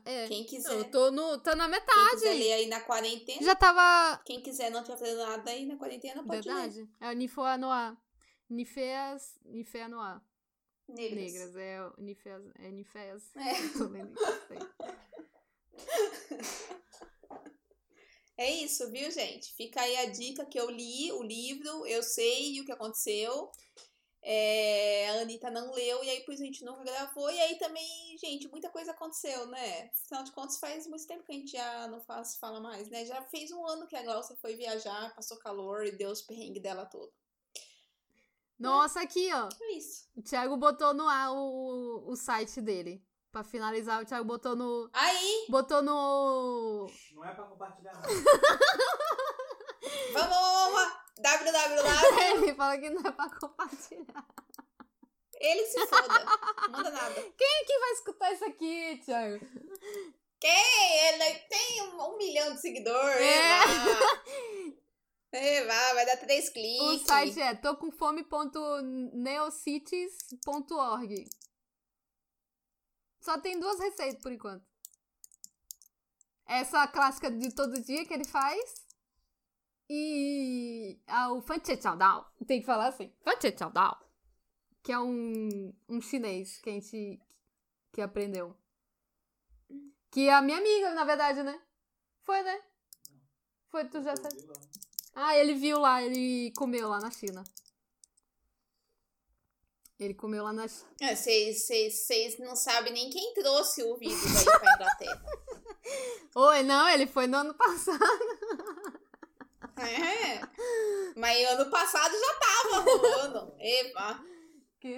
é.
Quem
Eu
quiser,
tô, no, tô na
quem quiser
metade.
ler aí na quarentena,
Já tava.
quem quiser não tiver fazendo nada aí na quarentena, pode
Verdade. É o Nifoa Noir. Nifeas. Nifea Noir.
ler. Negras.
Negras. É o Nifeas. É
É.
Nifeas. [laughs] Tô lendo isso aí.
É isso, viu, gente? Fica aí a dica que eu li o livro, eu sei o que aconteceu. É, a Anitta não leu e aí por isso a gente nunca gravou. E aí também, gente, muita coisa aconteceu, né? Afinal de contas, faz muito tempo que a gente já não faz, fala mais, né? Já fez um ano que a Glaucia foi viajar, passou calor e deu os perrengues dela todo.
Nossa, aqui, ó.
É isso.
O Thiago botou no ar o, o site dele. Pra finalizar, o Thiago botou no.
Aí,
Botou no. [laughs]
Não é pra compartilhar, não.
vamos, vamos, vamos. www.
Ele fala que não é pra compartilhar.
Ele se foda. Manda nada.
Quem é que vai escutar isso aqui, Thiago?
Ei, ele tem um, um milhão de seguidores.
[laughs]
lá.
É.
É, vai, vai dar três
O
cliques.
site é tô com fome.neocities.org. Só tem duas receitas por enquanto. Essa clássica de todo dia que ele faz. E ah, o Fanche Chao Dao. Tem que falar assim. Fanche Chao Dao. Que é um, um chinês que a gente que aprendeu. Que é a minha amiga, na verdade, né? Foi, né? Foi, tu já
Eu
sabe.
vi lá.
Ah, ele viu lá, ele comeu lá na China. Ele comeu lá na China.
É, Vocês vocês não sabem nem quem trouxe o vírus aí pra
[laughs]
Inglaterra.
Oi, não, ele foi no ano passado.
É. Mas ano passado já tava rolando. Eba.
Quê?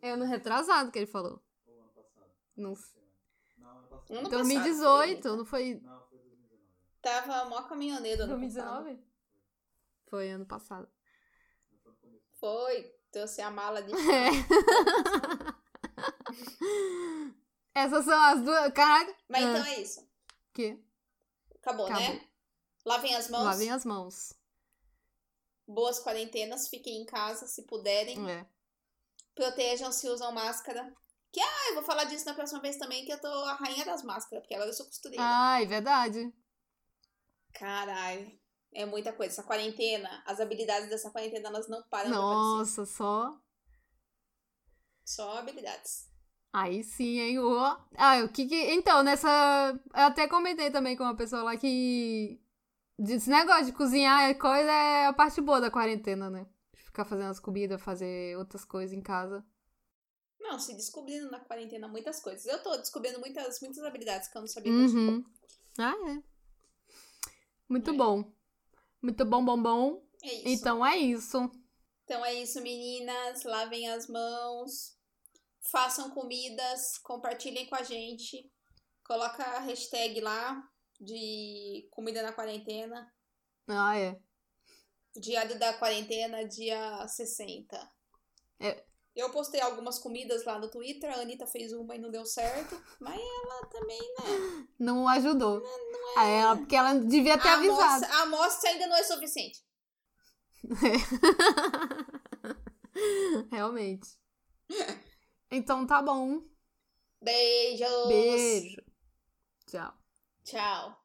Ano retrasado
É ano retrasado que ele falou.
ou ano passado?
Não.
Não, ano
Ano passado.
passado.
2018, não foi
Não, foi 2019.
Tava mó caminhoneiro ano passado.
2019? Foi ano passado. [laughs]
Não foi no começo.
Foi. Trouxe a mala de.
É. Essas são as duas. Caralho.
Mas
Ah.
então é isso.
Que?
Acabou, né?
Acabou.
Lavem as mãos.
Lavem as mãos.
Boas quarentenas. Fiquem em casa se puderem.
É.
Protejam-se, usam máscara. Que, ah, eu vou falar disso na próxima vez também, que eu tô a rainha das máscaras, porque agora eu sou costureira.
Ai, verdade.
Caralho. É muita coisa. Essa quarentena, as habilidades dessa quarentena, elas não param de aparecer.
Nossa, só.
Só habilidades.
Aí sim, hein? Ó. Ah, o que que. Então, nessa. Eu até comentei também com uma pessoa lá que. Esse negócio de cozinhar é coisa é a parte boa da quarentena, né? Ficar fazendo as comidas, fazer outras coisas em casa.
Não, se descobrindo na quarentena muitas coisas. Eu tô descobrindo muitas, muitas habilidades que eu não sabia que eu tinha.
Uhum. Ah, é. Muito
É.
bom. Muito bom, bom, bom.
É isso.
Então é isso.
Então é isso, meninas. Lavem as mãos. Façam comidas. Compartilhem com a gente. Coloca a hashtag lá de comida na quarentena.
Ah, é.
Diário da quarentena, dia 60.
É.
Eu postei algumas comidas lá no Twitter. A Anitta fez uma e não deu certo. Mas ela também, né?
Não Ah, ajudou. Ah, ela, porque ela devia ter
a,
Tá avisado.
amostra, a amostra ainda não é suficiente.
[laughs] Realmente. Então tá bom.
Beijos.
Beijo. Tchau.
Tchau.